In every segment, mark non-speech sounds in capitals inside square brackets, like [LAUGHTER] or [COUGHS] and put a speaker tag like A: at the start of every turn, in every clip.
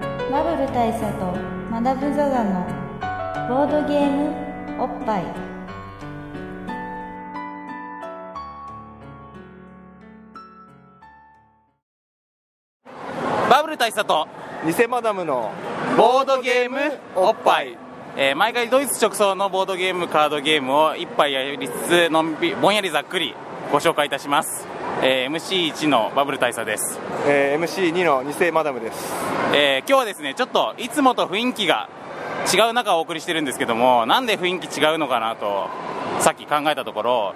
A: 部大佐とマダム・ザ・ザのボードゲームおっぱい
B: バブル大佐と、
C: 偽マダムのボードゲームおっぱい
B: えー毎回ドイツ直送のボードゲームカードゲームを一杯やりつつのんびぼんやりざっくりご紹介いたします、えー MC1 のバブル大佐です、
C: えー MC2 の偽マダムです
B: えー今日はですねちょっといつもと雰囲気が違う中お送りしてるんですけどもなんで雰囲気違うのかなとさっき考えたところ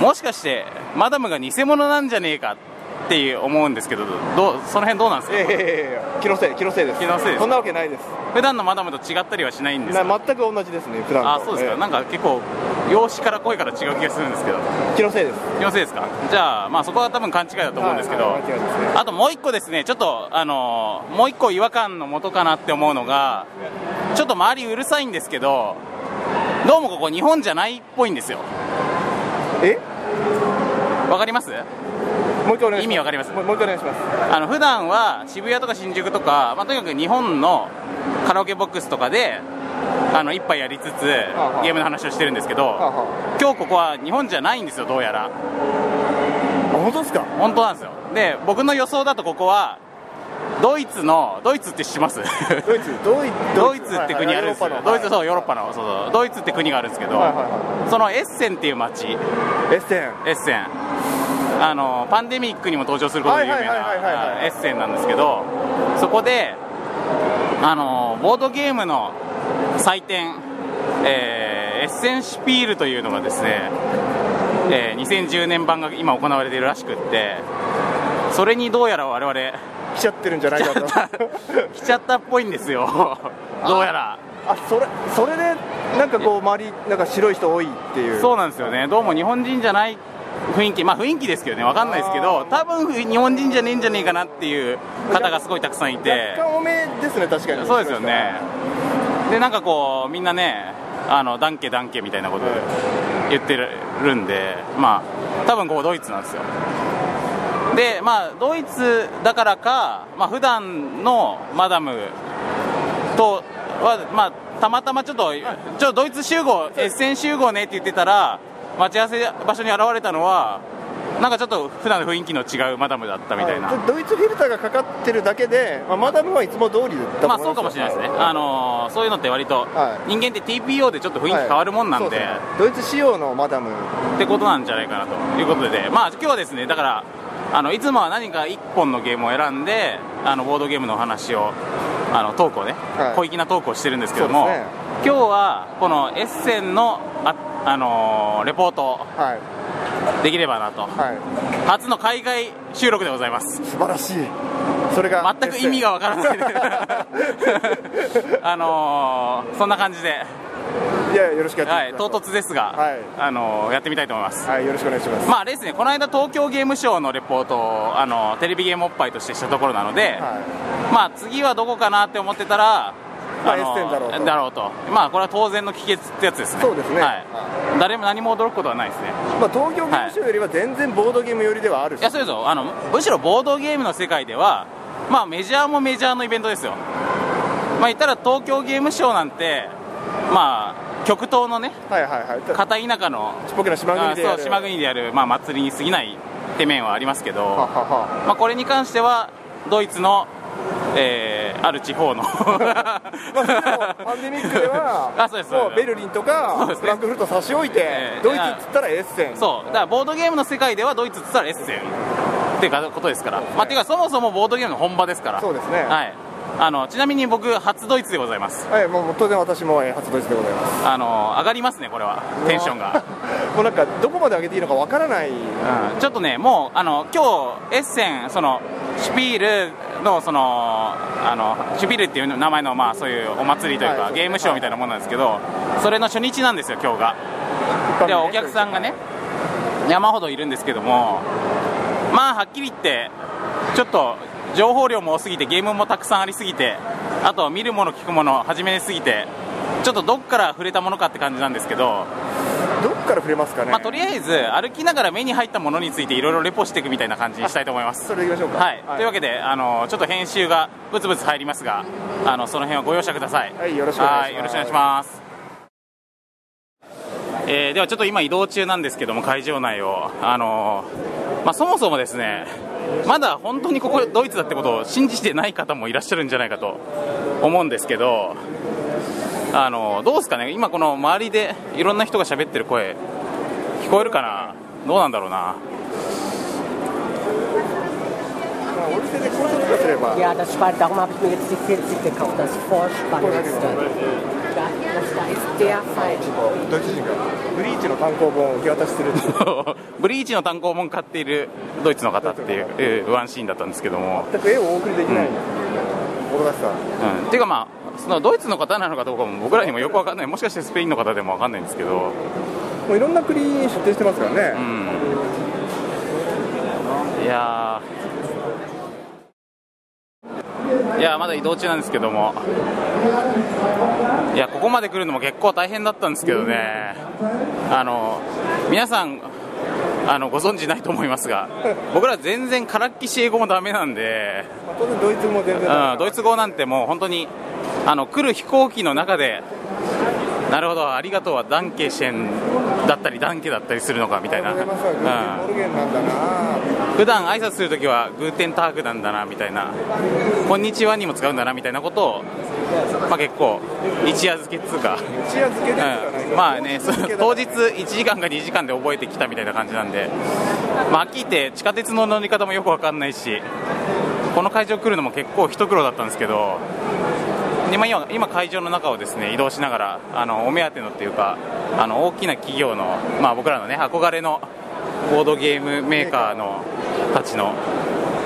B: もしかしてマダムが偽物なんじゃねえかっていう思うんですけどどうその辺どうなんです
C: い
B: か
C: やいやいやいや気のせい気のせいです
B: 気のせいです
C: そんなわけないです
B: 普段のマダムと違ったりはしないんですか
C: な全く同じですね普段と
B: あそうですか、
C: えー
B: なんか結構容姿から声から違う気がするんですけど
C: 気のせいです
B: 気のせいですかじゃあまあそこは多分勘違いだと思うんですけど、
C: はいはい間違いですね
B: あともう一個ですねちょっとあのーもう一個違和感の元かなって思うのがちょっと周りうるさいんですけどどうもここ日本じゃないっぽいんですよわかります
C: えもう一回お願いします
B: 意味わかります
C: もうもう一回お願いします
B: あの普段は渋谷とか新宿とか、まあ、とにかく日本のカラオケボックスとかであの一杯やりつつ
C: あはあ
B: ゲームの話をしてるんですけど、
C: あは
B: 今日ここは日本じゃないんですよどうやら
C: あ本当ですか
B: 本当なんですよで僕の予想だとここはドイツのドイツって知ってます
C: ドイツドイ
B: ドイツって国あるんですよ、ドイツそうヨーロッパ
C: の
B: のそうそうドイツって国があるんですけど、
C: はいは
B: そのエッセンっていう町エ
C: いはいエッセン
B: ッセンあのパンデミックにも登場することで有名
C: はいはいはいはいはい
B: なあエッセンなんですけどそこであのボードゲームの祭典、えーエッセンシュピールというのがですね、えー2010年版が今行われているらしくってそれにどうやら我々
C: 来ちゃってるんじゃないかと
B: 来ちゃったっぽいんですよ [LAUGHS] どうやら
C: [LAUGHS] あそれそれでなんかこう周りなんか白い人多いっていう
B: そうなんですよねどうも日本人じゃない雰囲気まあ雰囲気ですけどねわかんないですけど多分日本人じゃねえんじゃねえかなっていう方がすごいたくさんいて
C: 若干多めですね確かに
B: そうですよねでなんかこうみんなねあのダンケダンケみたいなこと言ってるるんでまあ多分ここドイツなんですよでまあドイツだからかまあ普段のマダムとはまあたまたまちょっとちょっとドイツ集合エッセン集合ねって言ってたら待ち合わせ場所に現れたのはなんかちょっと普段の雰囲気の違うマダムだったみたいな
C: はいドイツフィルターがかかってるだけで、まあ、マダムはいつも通りだと思いますよ
B: まあそうかもしれないですね、あのーそういうのって割と、
C: はい
B: 人間って TPO でちょっと雰囲気変わるもんなんで、
C: はいそうそうドイツ仕様のマダム
B: ってことなんじゃないかなということで、まあ今日はですね、だから、あのいつもは何か1本のゲームを選んで、あのボードゲームのお話を、あのトークをね、
C: はい
B: 小粋なトークをしてるんですけども、
C: そうですね
B: 今日はこのエッセンの、ああのーレポート
C: はい
B: できればなと、
C: は
B: 初の海外収録でございます。
C: い素晴らしいそれが
B: 全く意味がわから
C: [LAUGHS]
B: ないあのーそんな感じで、
C: いやいやよろしくや
B: は
C: っ
B: い、
C: て
B: 唐突ですが、
C: はい
B: あのーやってみたいと思います
C: はいよろしくお願いします
B: まああれですねこの間東京ゲームショウのレポートを、あのーテレビゲームおっぱいとしてしたところなので、
C: は
B: まあ次はどこかなって思ってたら
C: まあ
B: あのー
C: エッセンだろうと
B: まあこれは当然の帰結ってやつですね
C: そうですね
B: はい
C: は
B: 誰も何も驚くことはないですね
C: いまあ、東京ゲームショウよりは全然ボードゲーム寄りではあるし、
B: いやそうですよあのむしろボードゲームの世界ではまあメジャーもメジャーのイベントですよまあ言ったら東京ゲームショウなんてまあ極東のね
C: はいはいはいち
B: 片田舎の
C: っぽけな島
B: あ
C: 国でや
B: そ
C: る
B: う島国でやる、まあ、祭りに過ぎないって面はありますけ
C: はは
B: ど、 [LAUGHS]
C: は
B: まあ、これに関してはドイツの、えーある地方
C: [LAUGHS]
B: の
C: まあ、それでもパンデミックでは
B: [LAUGHS] あそうです
C: もうベルリンとか
B: そうですね
C: フランクフルト差し置いて、
B: ええ
C: ドイツっつったらエッセン
B: そうだからボードゲームの世界ではドイツっつったらエッセンってことですから、まあ、ていうかそもそもボードゲームの本場ですから
C: そうですね
B: はい、あのちなみに僕初ドイツでございます
C: はいもうもう当然私もえー初ドイツでございます
B: あの上がりますねこれはテンションが、
C: もうなんかどこまで上げていいのかわからない、
B: うん、ちょっとねもうあの今日エッセンそのシュピールのそのあのシュピールっていう名前のまあそういうお祭りというか、
C: はい
B: ゲームショーみたいなものなんですけど、それの初日なんですよ今日がでお客さんがね山ほどいるんですけどもまあはっきり言ってちょっと情報量も多すぎてゲームもたくさんありすぎてあと見るもの聞くもの始めすぎてちょっとどっから触れたものかって感じなんですけど、
C: どっから触れますかね、
B: まあ、とりあえず歩きながら目に入ったものについていろいろレポしていくみたいな感じにしたいと思います
C: それでいきましょうか
B: はい、というわけであのちょっと編集がブツブツ入りますがあのその辺はご容赦ください
C: はいよろしくお願いします
B: はよろくお願いしますえーではちょっと今移動中なんですけども会場内をあのーまあそもそもですねまだ本当にここドイツだってことを信じてない方もいらっしゃるんじゃないかと思うんですけどあのーどうですかね今この周りでいろんな人が喋ってる声聞こえるかなどうなんだろうな
C: まあお店で高速化すれば
D: Ja, das war, darum habe ich mir jetzt die 40 gekauft, das Vorspannendste. Da, das da ist der falsche.
C: ドイツ人がブリーチの単行本を受け渡しするっていう
B: [LAUGHS] ブリーチの単行本買っているドイツの方っていうえーワンシーンだったんですけども、
C: 全く絵をお送りできない心がさ
B: うん、っていうかまあそのドイツの方なのかどうかも僕らにもよくわかんないもしかしてスペインの方でもわかんないんですけど、
C: もういろんな国に出店してますから
B: う
C: ね、
B: ん、いやーいやーまだ移動中なんですけどもいやここまで来るのも結構大変だったんですけどねあの皆さんあのご存知ないと思いますが僕ら全然からっきし英語もダメなんで
C: まあ当然ドイツ語も全然
B: うん、ド
C: イ
B: イツ語なんてもう本当にあの来る飛行機の中でなるほどありがとうはダンケシェンだったりダンケだったりするのかみたいな、
C: ございますわグーテンモ
B: う
C: ルゲンなんだなぁ
B: ん、普段挨拶するときはグーテンタークなんだなみたいなこんにちはにも使うんだなみたいなことを、まあ、結構一夜漬けっつうか、
C: 一夜漬けですから
B: うん、まあねその当日1時間か2時間で覚えてきたみたいな感じなんで、まあ、秋って地下鉄の乗り方もよくわかんないしこの会場来るのも結構一苦労だったんですけどで、まあ、今今会場の中をですね移動しながらあのお目当てのっていうかあの大きな企業の、まあ、僕らのね憧れのボードゲームメーカーのたちの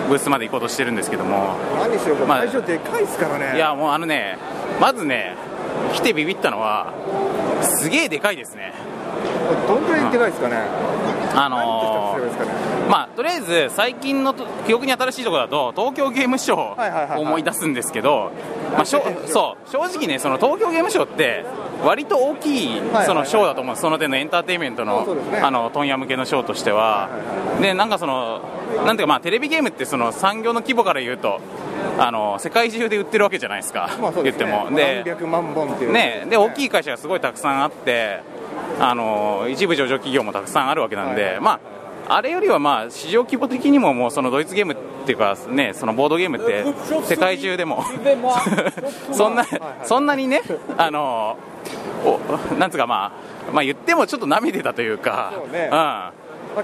B: ブースまで行こうとしてるんですけども
C: 何しようか
B: まあ
C: 会場でかいっすからね
B: いやもうあのねまずね来てビビったのはすげえでかいですね
C: どんくらいでかいっすかね
B: あ
C: 何
B: の
C: て言
B: ー
C: ったらすればいいですかね
B: まあとりあえず最近のと記憶に新しいところだと東京ゲームショ
C: はいはいはいは
B: ウを
C: い
B: 思い出すんですけど、まあ、しょそう正直ねその東京ゲームショウって割と大きい
C: はい
B: そのショーだと思うその点のエンターテインメントの
C: そうですね
B: あの問屋向けのショーとしてはでなんかそのなんていうかまあテレビゲームってその産業の規模から言うとあの世界中で売ってるわけじゃないですか、
C: まあそ
B: 言
C: うで
B: っ
C: す
B: て
C: ね
B: も。
C: 何百万本っていう
B: ね、で大き
C: い
B: い会社がすごいたくさんあって、あの一部上場企業もたくさんあるわけなんで、
C: はい
B: まあ、あれよりは、まあ、市場規模的にももうそのドイツゲームっていうか、ね、そのボードゲームって世界中でも [LAUGHS] そんな、そんなにね、あのおなんつうか、まあ、まあ言ってもちょっとなめてたというか。
C: そうね
B: うん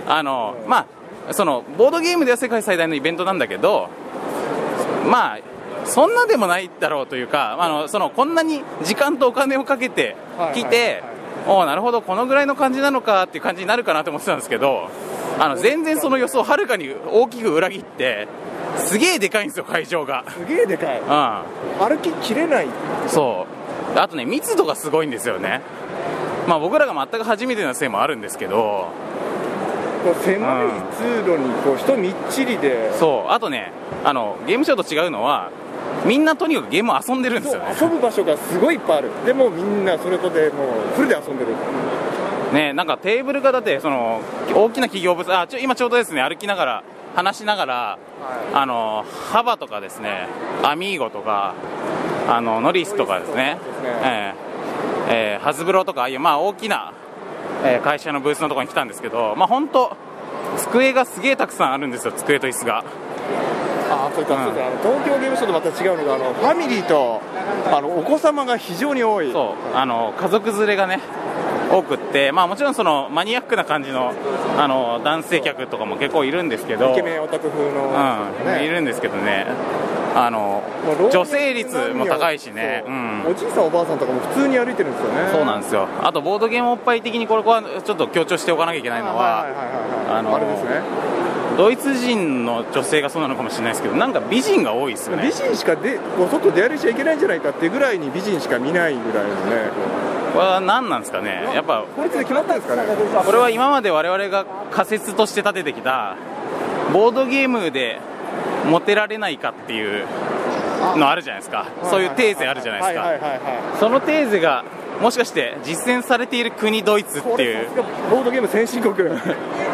B: あのまあそのボードゲームでは世界最大のイベントなんだけどまあそんなでもないだろうというかあのそのこんなに時間とお金をかけてきて、おーなるほどこのぐらいの感じなのかっていう感じになるかなと思ってたんですけどあの全然その予想をはるかに大きく裏切ってすげえでかいんですよ会場が
C: すげえでかい
B: うん
C: 歩ききれない
B: そうあとね密度がすごいんですよねまあ僕らが全く初めてのせいもあるんですけど
C: こう狭い通路にこう人みっちりで
B: そうあとねあのゲームショーと違うのはみんなとにかくゲームを遊んでるんです
C: そ
B: よ
C: う
B: ね
C: 遊ぶ場所がすごいいっぱいあるでもうみんなそれこでもうフルで遊んでる
B: ねなんかテーブルがだってその大きな企業物あちょ今ちょうどですね歩きながら話しながらあの幅とかですねアミーゴとかあのノリスとかですね
C: ノリスとかで
B: え
C: す
B: えええハズブロとかああいうまあ大きな、ええ会社のブースのところに来たんですけどまあ本当机がすげえたくさんあるんですよ机と椅子が
C: ああそうか、そうかあの東京ゲームショウとまた違うのがあのファミリーとあのお子様が非常に多い
B: そうあの家族連れがね多くって、まあ、もちろんそのマニアックな感じのあの男性客とかも結構いるんですけど、
C: イケメンオタク風の、
B: うん、いるんですけどねあの
C: もう老若
B: 女性率も高いしね、
C: そう
B: うん、
C: おじいさんおばあさんとかも普通に歩いてるんですよね
B: そうなん
C: す
B: ですよあとボードゲームおっぱい的にこれはちょっと強調しておかなきゃいけないの
C: い
B: は
C: はい
B: あのー
C: あれですね
B: ドイツ人の女性がそうなのかもしれないですけどなんか美人が多いですよね
C: 美人しかでこう外出歩いちゃいけないんじゃないかっていうぐらいに美人しか見ないぐらいのね
B: これは何なんですかねやっぱ
C: こいつで決まったんですかね
B: これは今まで我々が仮説として立ててきたボードゲームでモテられないかっていうのあるじゃないですかそういうテーゼあるじゃないです
C: はい
B: か
C: はいはいは
B: そのテーゼがもしかして実践されている国ドイツっ
C: いこ
B: てい
C: れ
B: う
C: さすがボードゲーム先進国羨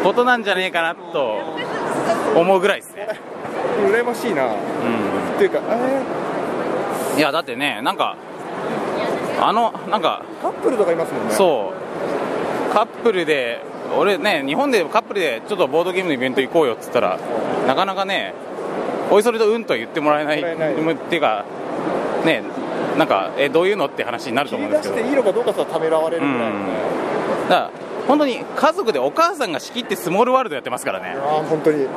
B: ことなんじゃねえかなと思うぐらいですね、
C: ましいなっていうかえー
B: いやだってねなんかあのなんか
C: カップルとかいますもんねう
B: そうカップルで俺ね日本でカップルでちょっとボードゲームのイベント行こうよっつったらなかなかねおいそれとうんとは言ってもらえない
C: もらえな
B: っていうかねなんかえどういうのって話になると
C: 切
B: 思う
C: り
B: んで
C: 出
B: すけ
C: し
B: ど
C: ていいのかどうかさためらわれるぐらいのね、
B: だから本当に家族でお母さんが仕切ってスモールワールドやってますからね、
C: ああ本当
B: う
C: に
B: ん、
C: お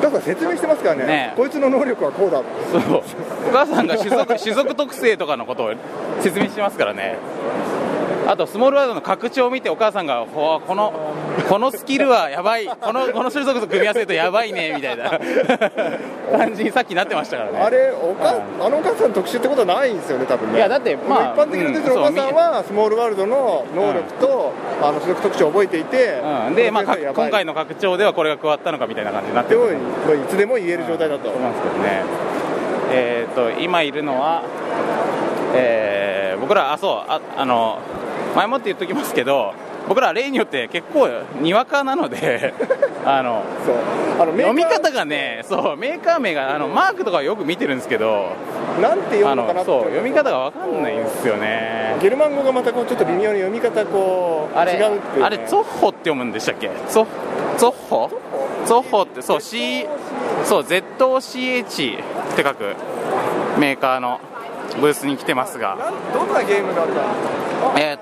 C: 母さん説明してますからね
B: ね
C: こいつの能力はこうだ
B: そうお母さんが種族種族特性とかのことを説明してますからねあとスモールワールドの拡張を見てお母さんがほわこのこのスキルはやばいこのこの種族と組み合わせるとやばいねみたいな感じにさっきなってましたからね
C: あれおか、あのお母さん特殊ってことはないんですよね多分ね
B: いやだってまあ
C: 一般的に出てるお母さんはスモールワールドの能力と、あの所属特徴を覚えていて、
B: うん、で、まあ、か
C: この先生はやばい
B: 今回の拡張ではこれが加わったのかみたいな感じになって
C: で
B: る
C: もいつでも言える状態だと、
B: そうなんですけどね、えー、と今いるのは、えー僕ら、あそうああの、前もって言っときますけど、僕ら、例によって結構、にわかなの
C: [LAUGHS]
B: で、あの
C: そうあのメーカー
B: 読み方がね、そうメーカー名があの、マークとかはよく見てるんですけど、
C: なんて読
B: あ
C: むの
B: の
C: かなって
B: そう読み方がわかんないんですよね。
C: ゲルマン語がまたこうちょっと微妙に読み方こう
B: あれ
C: 違うっていう、ね、
B: あれゾッホって読むんでしたっけゾゾッホゾッホってそう C そう ZOCH って書くメーカーのブースに来てますが
C: なんどんなゲームがあるか
B: えー、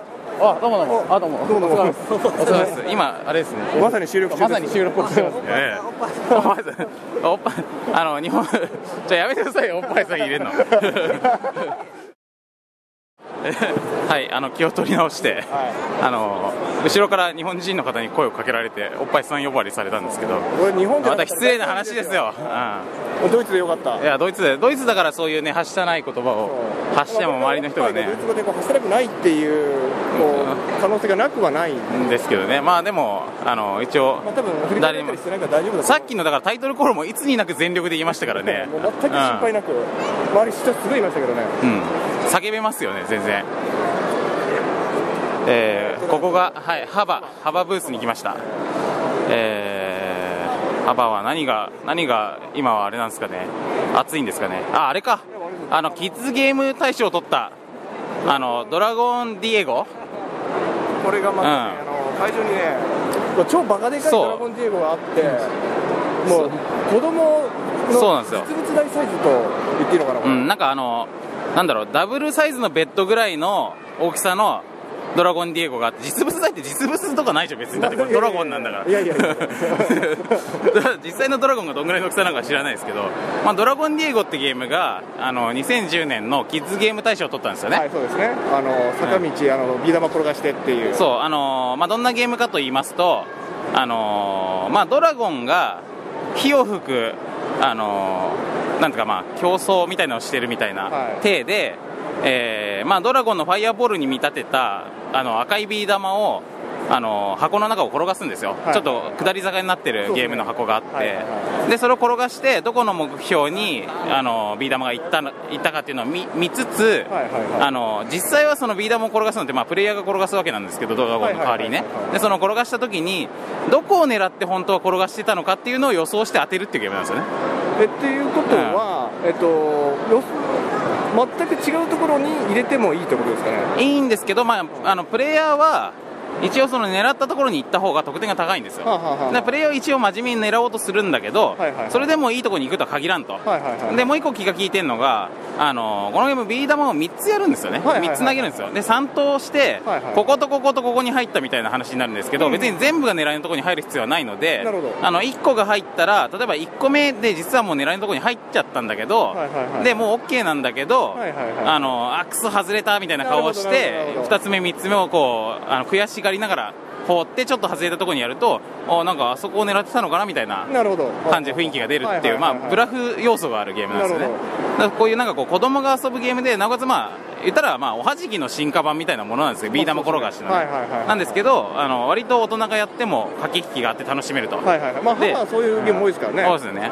B: あどうもどうもあどうも
C: どうもど
B: お
C: うも
B: 疲れ様です今あれですね
C: まさに収録中
B: ま
C: で
B: さ
C: す
B: に収録をしてますね。おっぱいさん、おっぱい、あの、日本、じゃあやめてくださいよ、おっぱいさん入れ [LAUGHS] るの。はい、あの気を取り直して、あの後ろから日本人の方に声をかけられて、おっぱいさん呼ばわりされたんですけど、
C: これ日本じゃ
B: また
C: なかったら
B: 失礼な話ですよ、う
C: ドイツでよかった
B: ん、いやドイツで、ドイツだからそういうね、はしたない言葉を発しても、周りの人がね
C: ドイ、ツ語でこう発せなくないっていうこう可能性がなくはない、ま
B: ですけどね、まあでも、あの一応
C: あ、多分、振り返
B: 誰
C: っ
B: にも
C: たりしてないから大丈夫だと思う
B: さっきのだからタイトルコールもいつになく全力で言いましたからね。
C: もう全く心配なく、周り、人すごいいましたけどね、
B: うん、叫べますよね、全然。えーここが、はい、幅、幅ブースに来ました。えー、幅は何が、何が、今はあれなんですかね、熱いんですかね。あ、あれか、あの、キッズゲーム大賞を取った、あの、ドラゴンディエゴ
C: これがまたね、
B: う
C: あの会場にね、こう超バカでかい
B: そう
C: ドラゴンディエゴがあって、もう子供の
B: そうなんですよ
C: 実物大サイズと言っていいのかな、こ
B: う
C: れ
B: ん、なんかあの、なんだろう、ダブルサイズのベッドぐらいの大きさの、ドラゴンディエゴがあって実物大って実物とかないでしょ別にだってこれドラゴンなんだから
C: いやいやいや
B: [LAUGHS] 実際のドラゴンがどんぐらいの大きさなのか知らないですけど、まあ、ドラゴンディエゴってゲームがあの2010年のキッズゲーム大賞を取ったんですよね、
C: はい、そうですね、あの坂道、あのビー玉転がしてっていう、
B: そうあのーまあ、どんなゲームかと言いますと、あのーまあ、ドラゴンが火を吹く、あのーなんていうか、まあ、競争みたいなのをしてるみたい
C: は
B: ない体で、えーまあ、ドラゴンのファイアボールに見立てたあの赤いビー玉を、あのー箱の中を転がすんですよ、
C: はい
B: ちょっと下り坂になってるゲームの箱があって、
C: はいはいは
B: でそれを転がしてどこの目標に、あのービー玉が行ったの行ったかっていうのを見見つつ、
C: はいはいはい
B: あの実際はそのビー玉を転がすのって、まあ、プレイヤーが転がすわけなんですけど、ドラゴンの代わりにね
C: はいはいはいはい、
B: でその転がした時に、どこを狙って本当は転がしてたのかっていうのを予想して当てるっていうゲームなんですよね、
C: えっていうことは、えっと、よ全く違うところに入れてもいいってことですかね。
B: いいんですけど、まあ、あのプレイヤーは一応、その狙ったところに行った方が得点が高いんですよ、
C: はあはあはあ
B: でプレイヤーは一応、真面目に狙おうとするんだけど、
C: はいはいはい
B: それでもいいところに行くとは限らんと。
C: はいはいはい。
B: でもう一個気が利いてるのが、あのこのゲーム、ビー玉を3つやるんですよね、
C: はいはいは
B: 3
C: い
B: つ投げるんですよ、で3投して、
C: はいはい
B: こことこことここに入ったみたいな話になるんですけど、
C: うんうん
B: 別に全部が狙いのところに入る必要はないので
C: なるほど、
B: あの1個が入ったら、例えば1個目で実はもう狙いのところに入っちゃったんだけど、
C: はいはいはい
B: でもう OK なんだけど、
C: はいはいはい
B: あのあクソ外れたみたいな顔をし
C: なる
B: て
C: ほどなるほ、ど
B: 2つ目、3つ目をこうあの悔しがりながら放って、ちょっと外れたところにやると、おなんかあそこを狙ってたのかなみたいな
C: なるほど。
B: 感じ、雰囲気が出るっていう、まあ、ブ
C: ラ
B: ラフ要素があるゲームなんですよね
C: なるほ。
B: だからこういうなんかこう子供が遊ぶゲームで、なおかつまあ、言ったらまあおはじきの進化版みたいなものなんですよ、ビー玉転がしのね、
C: はいはいはいはい
B: なんですけど、あの割と大人がやっても駆け引きがあって楽しめると。
C: はいはいはい。まあ、
B: で
C: ハマはそういうゲーム多いですからね。
B: そうですよね。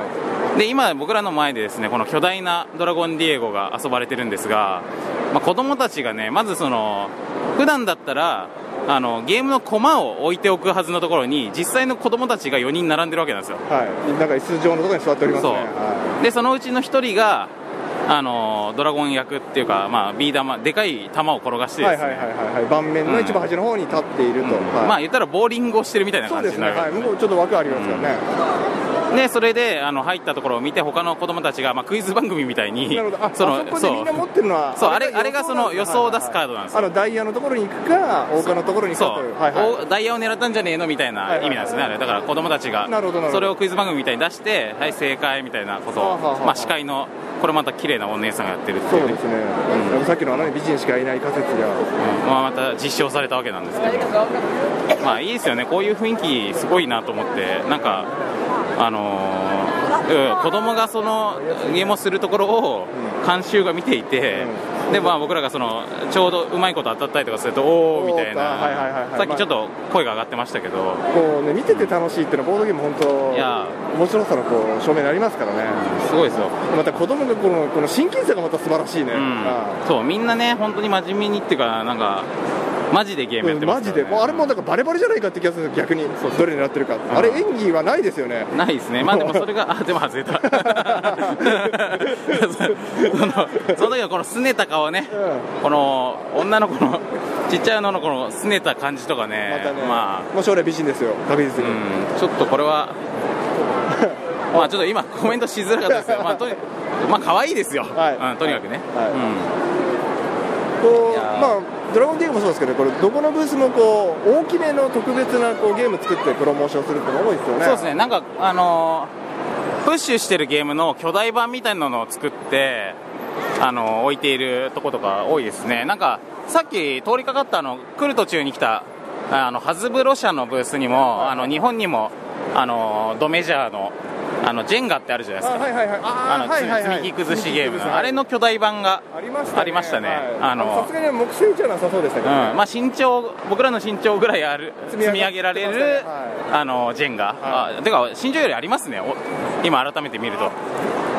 B: で、今僕らの前でですね、この巨大なドラゴンディエゴが遊ばれてるんですが、まあ、子供たちがね、まずその、普段だったら、あの、ゲームの駒を置いておくはずのところに、実際の子供たちが4人並んでるわけなんですよ。
C: はい。なんか椅子状のところに座っております
B: そ
C: ね。
B: う
C: は
B: でそのうちの1人があのドラゴン役っていうか、まあ、ビー玉でかい玉を転がして
C: は
B: で
C: い
B: す
C: はい
B: ね、
C: はいはいはい盤面の一番端の方に立っていると、
B: うん
C: はい
B: まあ言ったらボーリングをしてるみたいな
C: そう
B: 感
C: で
B: じ
C: す
B: に
C: ね、
B: なる
C: はい、向こうちょっと枠ありますからね、
B: でそれであの入ったところを見て他の子供たちが、まあ、クイズ番組みたいに
C: [LAUGHS] なるほどあ
B: そ
C: そ
B: の
C: あそこ
B: そ
C: で
B: う
C: みんな持ってるのは
B: そうあれ
C: なんですね
B: あれがその予想を出すカードなんですよ
C: はいはいはいあのダイヤのところに行くか王冠のところに行く
B: そう
C: かというはいは
B: おダイヤを狙ったんじゃねえのみたいな意味なんですね、
C: はいはい
B: あ
C: はい
B: れだから子供たちが
C: なるほどなるほど
B: それをクイズ番組みたいに出して、はい、正解みたいなこと
C: はあ
B: を、
C: はあはあ
B: まあ、司会の、これまた綺麗なお姉さんがやってるって
C: そ
B: いう
C: う
B: ね
C: で、すね、なんかさっきのあのね美人しかいない仮説が
B: うんまあ、また実証されたわけなんですけど、まあいいですよね、こういう雰囲気、すごいなと思って、なんか、あのーうん子供がそのゲームをするところを監修が見ていて、でまあ、僕らがそのちょうどうまいこと当たったりとかすると、おーみたいな、
C: おーはいはいはいはい
B: さっきちょっと声が上がってましたけど。
C: こうね見てて楽しいっていうのはボードゲーム本当
B: いや
C: 面白さのこう証明になりますからね
B: すごいですよ、
C: また子供がこのこの親近さがまた素晴らしいね、
B: うん
C: あ、
B: そうみんなね本当に真面目にっていうかなんかマジでゲームやってま
C: マ
B: すか
C: ジ
B: ら、ね
C: で、もうあれもだからバレバレじゃないかって気がするんですよ逆にどれになってるかあれ演技はないですよね
B: ないですねまあ
C: [LAUGHS]
B: でもそれがあでも外れた [LAUGHS] そのその時のこの拗ねた顔ね、この女の子のちっちゃい女の子の拗ねた感じとか
C: ま
B: ね
C: たね、
B: ま
C: もう将来美人ですよ確実
B: あ、
C: に、
B: うん、ちょっとこれはまあちょっと今コメントしづらかったですけどまあとにまあ可愛いですよ、
C: はい
B: うん、とにかくね、
C: は
B: う
C: い
B: ん
C: こ
B: いうやー
C: まあドラゴンゲームもそうですけどこれどこのブースもこう大きめの特別なこうゲーム作ってプロモーションするってのが多いですよね
B: そうですね、なんか、あのープッシュしてるゲームの巨大版みたいなのを作って、あのー置いているとことか多いですね。なんか、さっき通りかかったあの、来る途中に来た、あの、ハズブロ社のブースにも、あの、日本にも、あのードメジャーの、あの、ジェンガってあるじゃないです
C: あ
B: か。
C: はいはいはいあ
B: あの、
C: ーはいはいはい
B: 積み木崩しゲーム
C: 積み木崩し
B: の。あれの巨大版が、
C: ありましたね
B: ありましたね
C: はい
B: あの
C: さすがに木製じゃなさそうでした
B: う
C: け
B: ん、
C: ど、ね
B: まあ身長、僕らの身長ぐらいある、
C: 積み
B: 積
C: 上げ
B: み上げられる、
C: は
B: あの、ジェンガ。
C: はい
B: あてか、身長よりありますね、お今改めて見ると。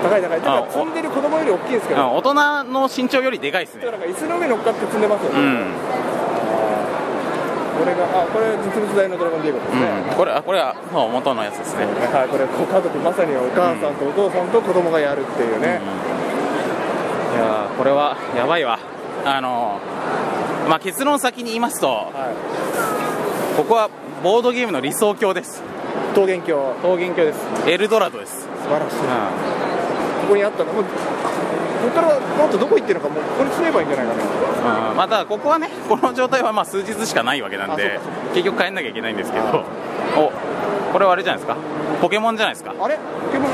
C: 高い高いだか
B: あ
C: ら積んでる子供より大きいですけ
B: うん
C: ど、
B: 大人の身長よりでかいです
C: だ
B: ね。
C: からなんか椅子の上に乗っかって積んでますよ
B: う
C: ね、
B: ん。
C: これがあこれ実物大のドラゴンゲームですね、
B: うん、これは、これは、そう元のやつですね。
C: はい、これご家族まさにお母さんとお父さんと子供がやるっていうね、
B: いやーこれは、やばいわ。あのー、まあ、結論先に言いますと、
C: は
B: ここはボードゲームの理想郷です。
C: い、桃源郷
B: 桃源郷です。エルドラドです。
C: 素晴らしい、
B: うん。
C: ここにあったのもうここからもっとどこ行ってるのかもうここに住めばいいんじゃないかな
B: うんまあただ、ここはね、この状態はまあ数日しかないわけなんで
C: あそう、
B: 結局帰んなきゃいけないんですけど、お、これはあれじゃないですか。ポケモンじゃないですか。
C: あれポケモン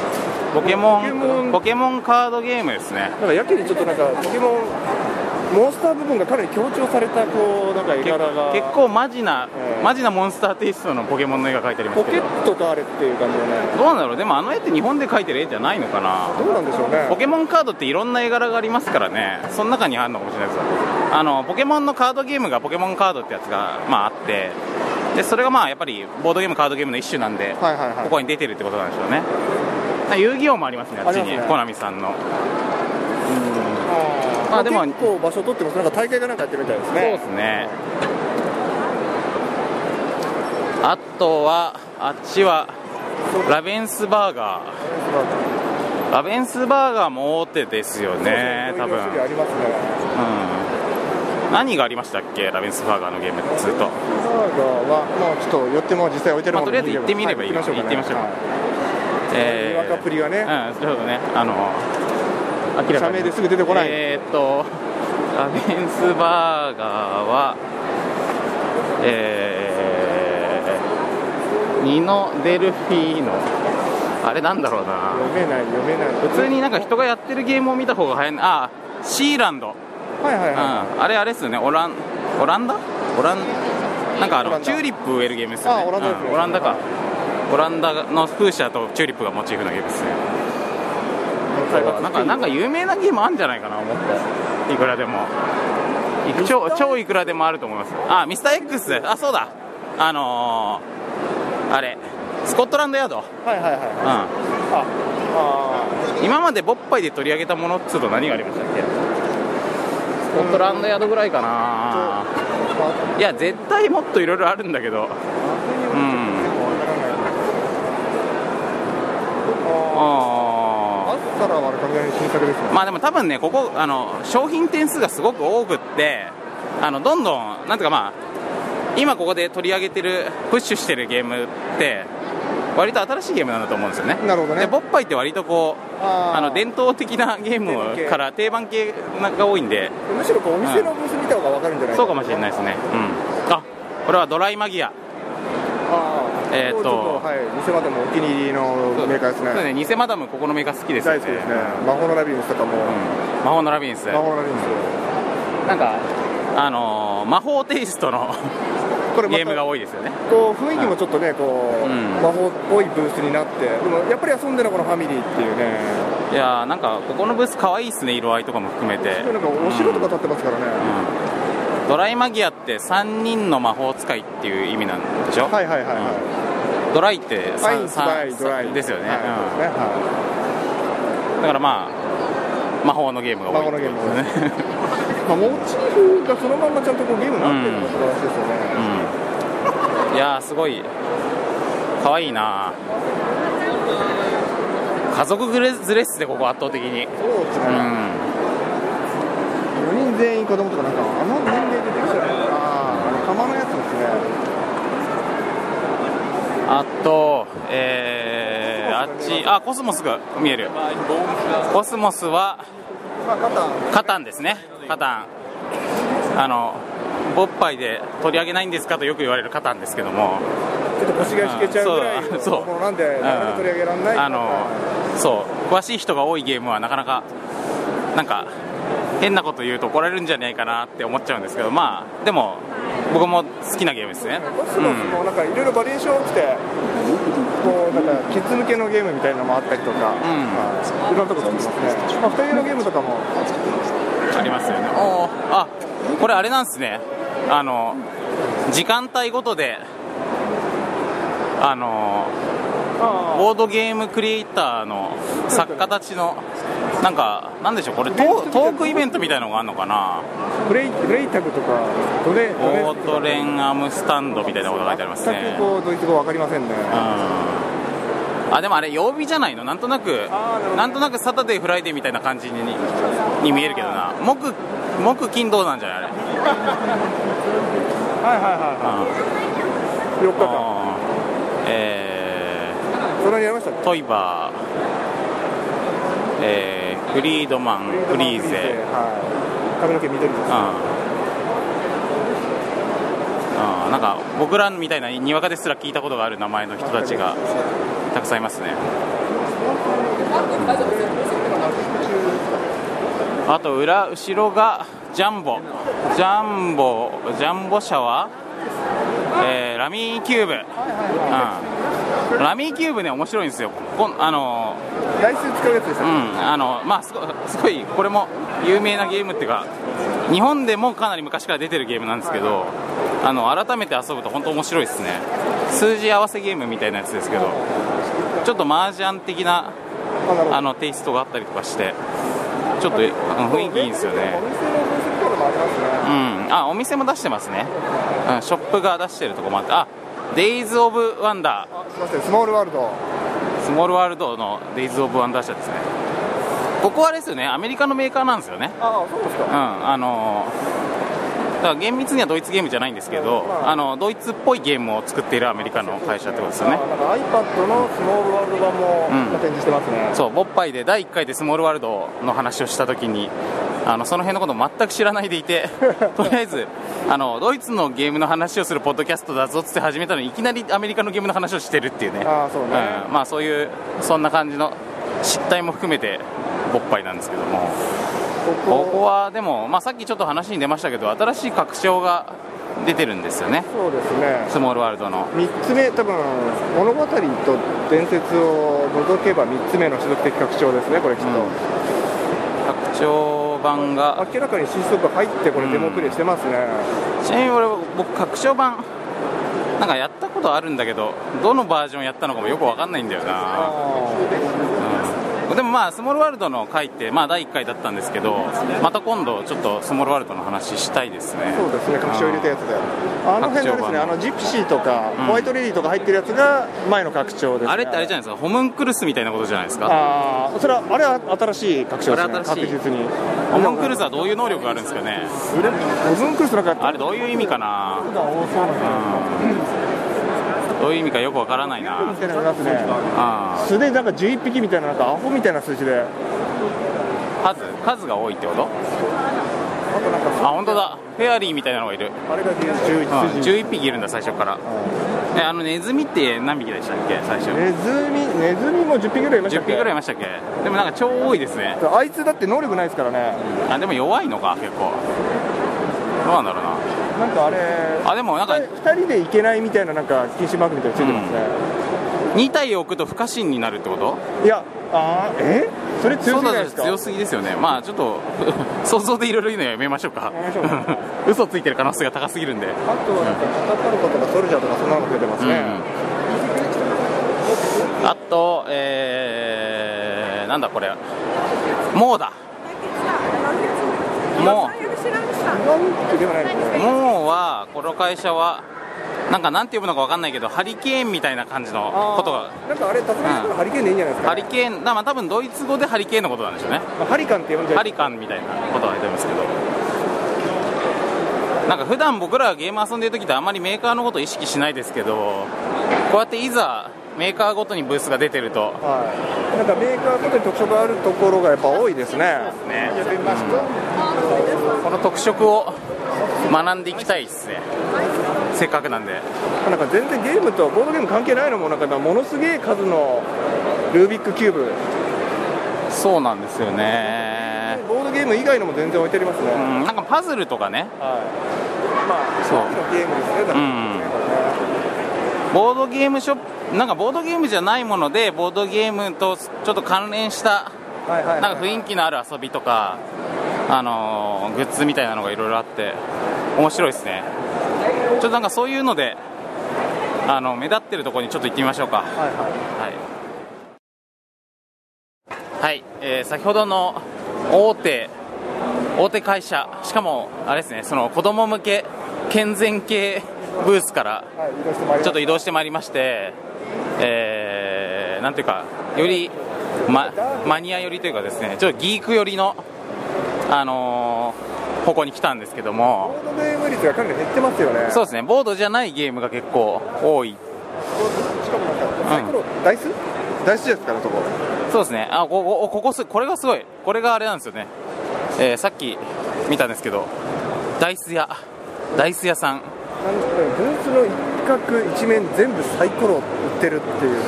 B: ポケモ
C: ポケモ
B: ン、
C: ン
B: ポケモンカードゲームですね。
C: なんかやけにちょっとなんかポケモンモンスター部分がかなり強調されたこうなんか絵
B: け
C: 柄が
B: 結構マジな、
C: ええ
B: マジなモンスターテイストのポケモンの絵が描いてありま
C: ポ
B: すけ
C: ケ
B: ど
C: ットとあれっていう感じのね
B: どうなんだろうでもあの絵って日本で描いてる絵じゃないのかな
C: どうなんでしょうね
B: ポケモンカードっていろんな絵柄がありますからねその中にあるのかもしれないですあのポケモンのカードゲームがポケモンカードってやつが、まあ、あってでそれがまあやっぱりボードゲームカードゲームの一種なんで、
C: はいはいはい
B: ここに出てるってことなんでしょうね遊戯王もありますねあっち
C: あり
B: に
C: ますね
B: コナミさんの
C: ま
B: あ
C: あ
B: で
C: で
B: も
C: も結構場所取ってますなんか大会がなんかやってるみたいです
B: そう
C: ね
B: ですねあとはあっちはラベンスバーガーラベンスバーガーも大手ですよね、多分、
C: そううそういろいろ種類ありますね
B: ん、何がありましたっけ、ラベンスバーガーのゲームっつうと、
C: バーガーはもうちょっと寄っても実際置いてるもの
B: まあとりあえず行ってみればいい
C: は行きましょうか
B: 行
C: ね
B: っ
C: はいにわかプリがね
B: うん、そういうことね、あの、明らか
C: 社
B: に
C: 名ですぐ出てこない
B: えーっと、ラベンスバーガーは、えー、ニノ・デルフィーノ、あれなんだろうな。
C: 読めない読めない
B: 普通になんか人がやってるゲームを見た方が早いなあシーランド、
C: はいは
B: う
C: い
B: ん、
C: は
B: あれあれですよねオランオランダオランなんかあ
C: オラ
B: の
C: ンダ
B: チューリップ植えるゲームですよね
C: あオランダですね
B: うんオランダかオランダの風車とチューリップがモチーフのゲームですね
C: い
B: なんかなんか有名なゲームあるんじゃないかな思っていくらでもいく超超いくらでもあると思いますあミスター X あそうだあのー、あれスコットランドヤード、
C: はいはいはい
B: うん、
C: ああー
B: 今までボッパイで取り上げたものっつうと何がありましたっけスコットランドヤードぐらいかな
C: まあ
B: いや絶対もっといろいろあるんだけど
C: うん。
B: あ
C: あ
B: あ
C: ったしたらあれかぐらいの新作ですね、
B: まあでも多分ね、ここ、あの、商品点数がすごく多くって、あの、どんどん、なんていうかまあ、今ここで取り上げてる、プッシュしてるゲームって、割と新しいゲームなんだと思うんですよね。
C: なるほどね
B: で、ボッパイって割とこう、
C: あー
B: あの、伝統的なゲーム
C: 定番系
B: を
C: [LAUGHS]
B: から定番系が多いんで、
C: むしろこうお店のブース見た方が分かるんじゃない
B: そうかもしれないですね。うん。あ、これはドライマギア。
C: あー
B: えーっと
C: ちょっとはい店までもお気に入りのメーカーですね
B: そうね、偽マダム、ここのメーカー好きですよ
C: 大
B: ね。
C: 好きですね魔法のラビリンスとかも、
B: うん魔法のラビリンス。
C: 魔法のラビリンス
B: なんか、あのー魔法テイストの
C: これまた
B: ゲームが多いですよね。
C: こう雰囲気もちょっとねこ
B: う
C: う、
B: ん
C: 魔法っぽいブースになってでもやっぱり遊んでるのはこのファミリーっていうね
B: いやーなんかここのブース可愛いですね色合いとかも含めて
C: なんかお城とか立ってますからね、
B: うんドライマギアって3人の魔法使いっていう意味なんでしょ、
C: はいはいはいはい、
B: ドライって
C: アイン
B: 三
C: スバ
B: 三
C: イドライ
B: ですよね、
C: はい
B: うん
C: ねは
B: だからまあ魔法のゲームが多いってことですね、
C: いまあ、モチーフがそのまんまちゃんとこうゲームになってるのが素晴らしいですよ
B: う
C: ね、
B: んいやーすごい可愛いな家族グレズレっすでここ圧倒的に
C: そうです
B: う
C: ね、
B: ん
C: 四人全員子供とかなんかあの年齢でできちゃうのかなあの釜のやつですね
B: あと、えー、あっちあコスモスが見えるコスモスは
C: まあ肩
B: カタンですね、カタン、あの、ボッパイで取り上げないんですかとよく言われるカタンですけども、
C: ちょっと腰が引けちゃうぐらい
B: うん
C: の
B: そう
C: ものなんで
B: う
C: なんかなか取り上げられない
B: あのそう、詳しい人が多いゲームはなかなか、なんか、変なこと言うと怒られるんじゃないかなって思っちゃうんですけど、まあ、でも、僕も好きなゲームですね。
C: コスモスもなんかいろいろバリエーション多くて、こうなんかキッズ向けのゲームみたいなのもあったりとか、はいいろんなとこ作ってますね、まあ、二人のゲームとかも
B: ありますよねおーあこれあれなんですねあの時間帯ごとであのボードゲームクリエイターの作家たちのなんかなんでしょうこれトートークイベントみたいのがあるのかな
C: ブレイブレイタグとかドレドレ
B: オートレンアムスタンドみたいなことが書いてあります
C: 全
B: ね
C: く
B: うん
C: こうドイツ語わかりませんね
B: あでもあれ曜日じゃないのなんとなく
C: あーなるほど
B: なんとなくサタデーフライデーみたいな感じにに見えるけどな木木金土なんじゃないあれ
C: はいは
B: うん
C: いはい4日間
B: あーえ
C: それにやりましたね
B: ー、トイバー、えー、フリードマン、フリーゼ、
C: はい髪の毛緑です
B: うん、あーなんか僕らみたいなにわかですら聞いたことがある名前の人たちがたくさんいますね。あと裏後ろがジャンボ、ジャンボ、ジャンボ車は、えーラミーキューブ、うん、ラミーキューブね面白いんですよ。こんあのー
C: 来週使うやつで
B: う
C: した、
B: ん、あのまあすごすごいこれも有名なゲームっていうか日本でもかなり昔から出てるゲームなんですけど、あの改めて遊ぶと本当面白いですね数字合わせゲームみたいなやつですけどちょっと麻雀的な
C: あなるほど
B: あのテイストがあったりとかしてちょっとあの雰囲気いいんですよ
C: お
B: ね
C: 店のブースみたいなのもありますね
B: うんあお店も出してますね、うん、ショップが出してるとこもあってあデイズ・オブ・ワンダー
C: あすいませんスモールワールド
B: スモールワールドのデイズ・オブ・ワンダー社ですねここはあれですよねアメリカのメーカーなんですよね
C: ああそうです
B: うん、
C: か
B: あのだから厳密にはドイツゲームじゃないんですけど、
C: まあ
B: あのドイツっぽいゲームを作っているアメリカの会社ってことですよ
C: あ
B: ね
C: なんか iPad のスモールワールド版も
B: うん
C: 展示してますね、
B: そうボッパイで第1回でスモールワールドの話をした時にあのその辺のことを全く知らないでい
C: [LAUGHS]
B: てとりあえずあのドイツのゲームの話をするポッドキャストだぞっつって始めたのにいきなりアメリカのゲームの話をしてるっていうね
C: あーそうね
B: んまあそういうそんな感じの失態も含めてボッパイなんですけどもここはでも、まあ、さっきちょっと話に出ましたけど新しい拡張が出てるんですよね
C: そうですね
B: スモールワールドの
C: 3つ目多分物語と伝説を除けば3つ目の種族的拡張ですねこれきっと、
B: うん拡張版が
C: 明らかに新速入ってこれデモプレイしてますね、
B: ちなみに俺僕拡張版なんかやったことあるんだけどどのバージョンやったのかもよくわかんないんだよな、
C: あ
B: うんでもまあ、スモールワールドの回って、まあ、第1回だったんですけど、また今度、ちょっとスモールワールドの話したいですね。
C: そうですね、拡張入れたやつで。あの辺のですね、あのジプシーとか、ホワイトレディとか入ってるやつが、前の拡張です、ね、
B: あれってあれじゃないですか、ホムンクルスみたいなことじゃないですか。
C: ああ、それは、あれは新しい拡張ですね、
B: あれ新しい
C: 確実に。
B: ホムンクルスはどういう能力があるんですかね。
C: オズンクルスなんか、
B: あれどういう意味かな。どういう意味かよくわからないな。
C: みたいなのがあってね、
B: あ
C: 素でなんか11匹みたいな、なんかアホみたいな数字で、
B: あ数数が多いってこと
C: あとなん
B: あ
C: か、
B: 本当だフェアリーみたいなのがいる、
C: あれが11
B: うん
C: 筋。
B: 11匹いるんだ最初からえあのネズミって何匹でしたっけ最初
C: ネズミ、ネズミも10匹ぐらいいました
B: 10匹
C: っけ
B: ぐらいいましたっけでもなんか超多いですね
C: あいつだって能力ないですからね、
B: あでも弱いのか結構どうなんだろう
C: なんかあれ、
B: なあでもなんか
C: 2人で行けないみたいな、なんか禁止マークみたいなのついてますね、
B: 2体置くと不可侵になるってこと
C: いや、あーえそれ強すぎないです
B: そうだ
C: か、
B: と強すぎですよねまあちょっと [LAUGHS] 想像でいろいろ言うのやめましょうか
C: やめましょうか
B: [LAUGHS] 嘘ついてる可能性が高すぎるんで
C: あとはなんか、カタパルコとかソルジャーとか、そんなの出てますね、
B: うんあと、えー、なんだこれ、もうだ、も
C: なんてではないです
B: う、
C: ね、
B: もうは、この会社は、なんかなんて呼ぶのか分かんないけど、ハリケーンみたいな感じのことが、
C: なんかあれ、達成したらハリケーンでいいんじゃないですか、
B: ハリケーン、だまあ多分ドイツ語でハリケーンのことなんでしょうね、
C: まあハリカンって呼んじゃ
B: ハリカンみたいなことは言ってますけど。なんか普段僕らがゲーム遊んでる時ってあんまりメーカーのこと意識しないですけどこうやっていざメーカーごとにブースが出てると
C: はい、なんかメーカーごとに特色があるところがやっぱ多いですね、
B: ね、この特色を学んでいきたいですねせっかくなんで
C: なんか全然ゲームとボードゲーム関係ないのも、なんか今、ものすげえ数のルービックキューブ、
B: そうなんですよね
C: ボードゲーム以外のも全然置いてありますね。
B: うんなんかパズルとかね
C: はい。まあ、
B: そう
C: さっきのゲームですね、だから
B: うんボードゲームショップなんかボードゲームじゃないものでボードゲームとちょっと関連した
C: はいはいはい。
B: なんか雰囲気のある遊びとかあのーグッズみたいなのがいろいろあって面白いですねちょっとなんかそういうのであの目立ってるところにちょっと行ってみましょうか
C: はいは
B: はい、はいえー先ほどの大手大手会社しかもあれですねその子供向け健全系ブースから
C: い。はい、移動してまいりま
B: ち
C: し
B: ょっと移動してまいりましてえーなんていうかより、ま、マニア寄りというかですねちょっとギーク寄りのあのー方向に来たんですけど
C: た
B: も
C: ボードゲーム率がかなり減ってますよね。
B: そう
C: う。
B: ですねボードじゃないゲームが結構多い
C: しかもなんか、サイコロ、ダイスダイスですから、そこ。
B: そうですね、あここここすこれがすごい、これがあれなんですよね、えーさっき見たんですけど、ダイス屋、ダイス屋さん、
C: なんか、ブースの一角、一面、全部サイコロ売ってるっていうね、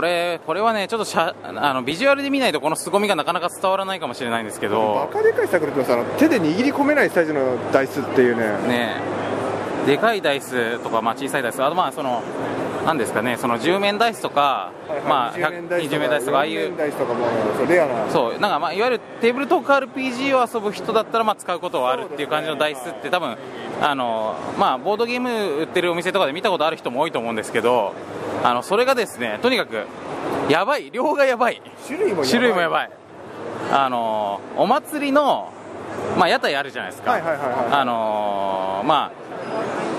B: こ
C: れ。
B: れこれはね、ちょっとしゃあのビジュアルで見ないと、この凄みがなかなか伝わらないかもしれないんですけ
C: バ
B: ど、
C: カでかいサイコロって言いますあの手で握り込めないサイズのダイスっていうね。
B: ねえ、でかいダイスとか、まあ、小さいダイス、あとまあその、なんですかね、その10面ダイスとか、まあ、
C: 20面ダイス
B: 120面ダイスとか、ああいう
C: 40面。ダイスとかも、そうレアな。
B: そうなんかまあいわゆるテーブルトーク RPG を遊ぶ人だったらまあ使うことはあるっていう感じのダイスって多分あのまあボードゲーム売ってるお店とかで見たことある人も多いと思うんですけどあのそれがですねとにかくやばい量がやばい
C: 種類も
B: 種類もやば
C: い。
B: いあのお祭りのまあ屋台あるじゃないですか
C: はいはいはいはい
B: あのまあ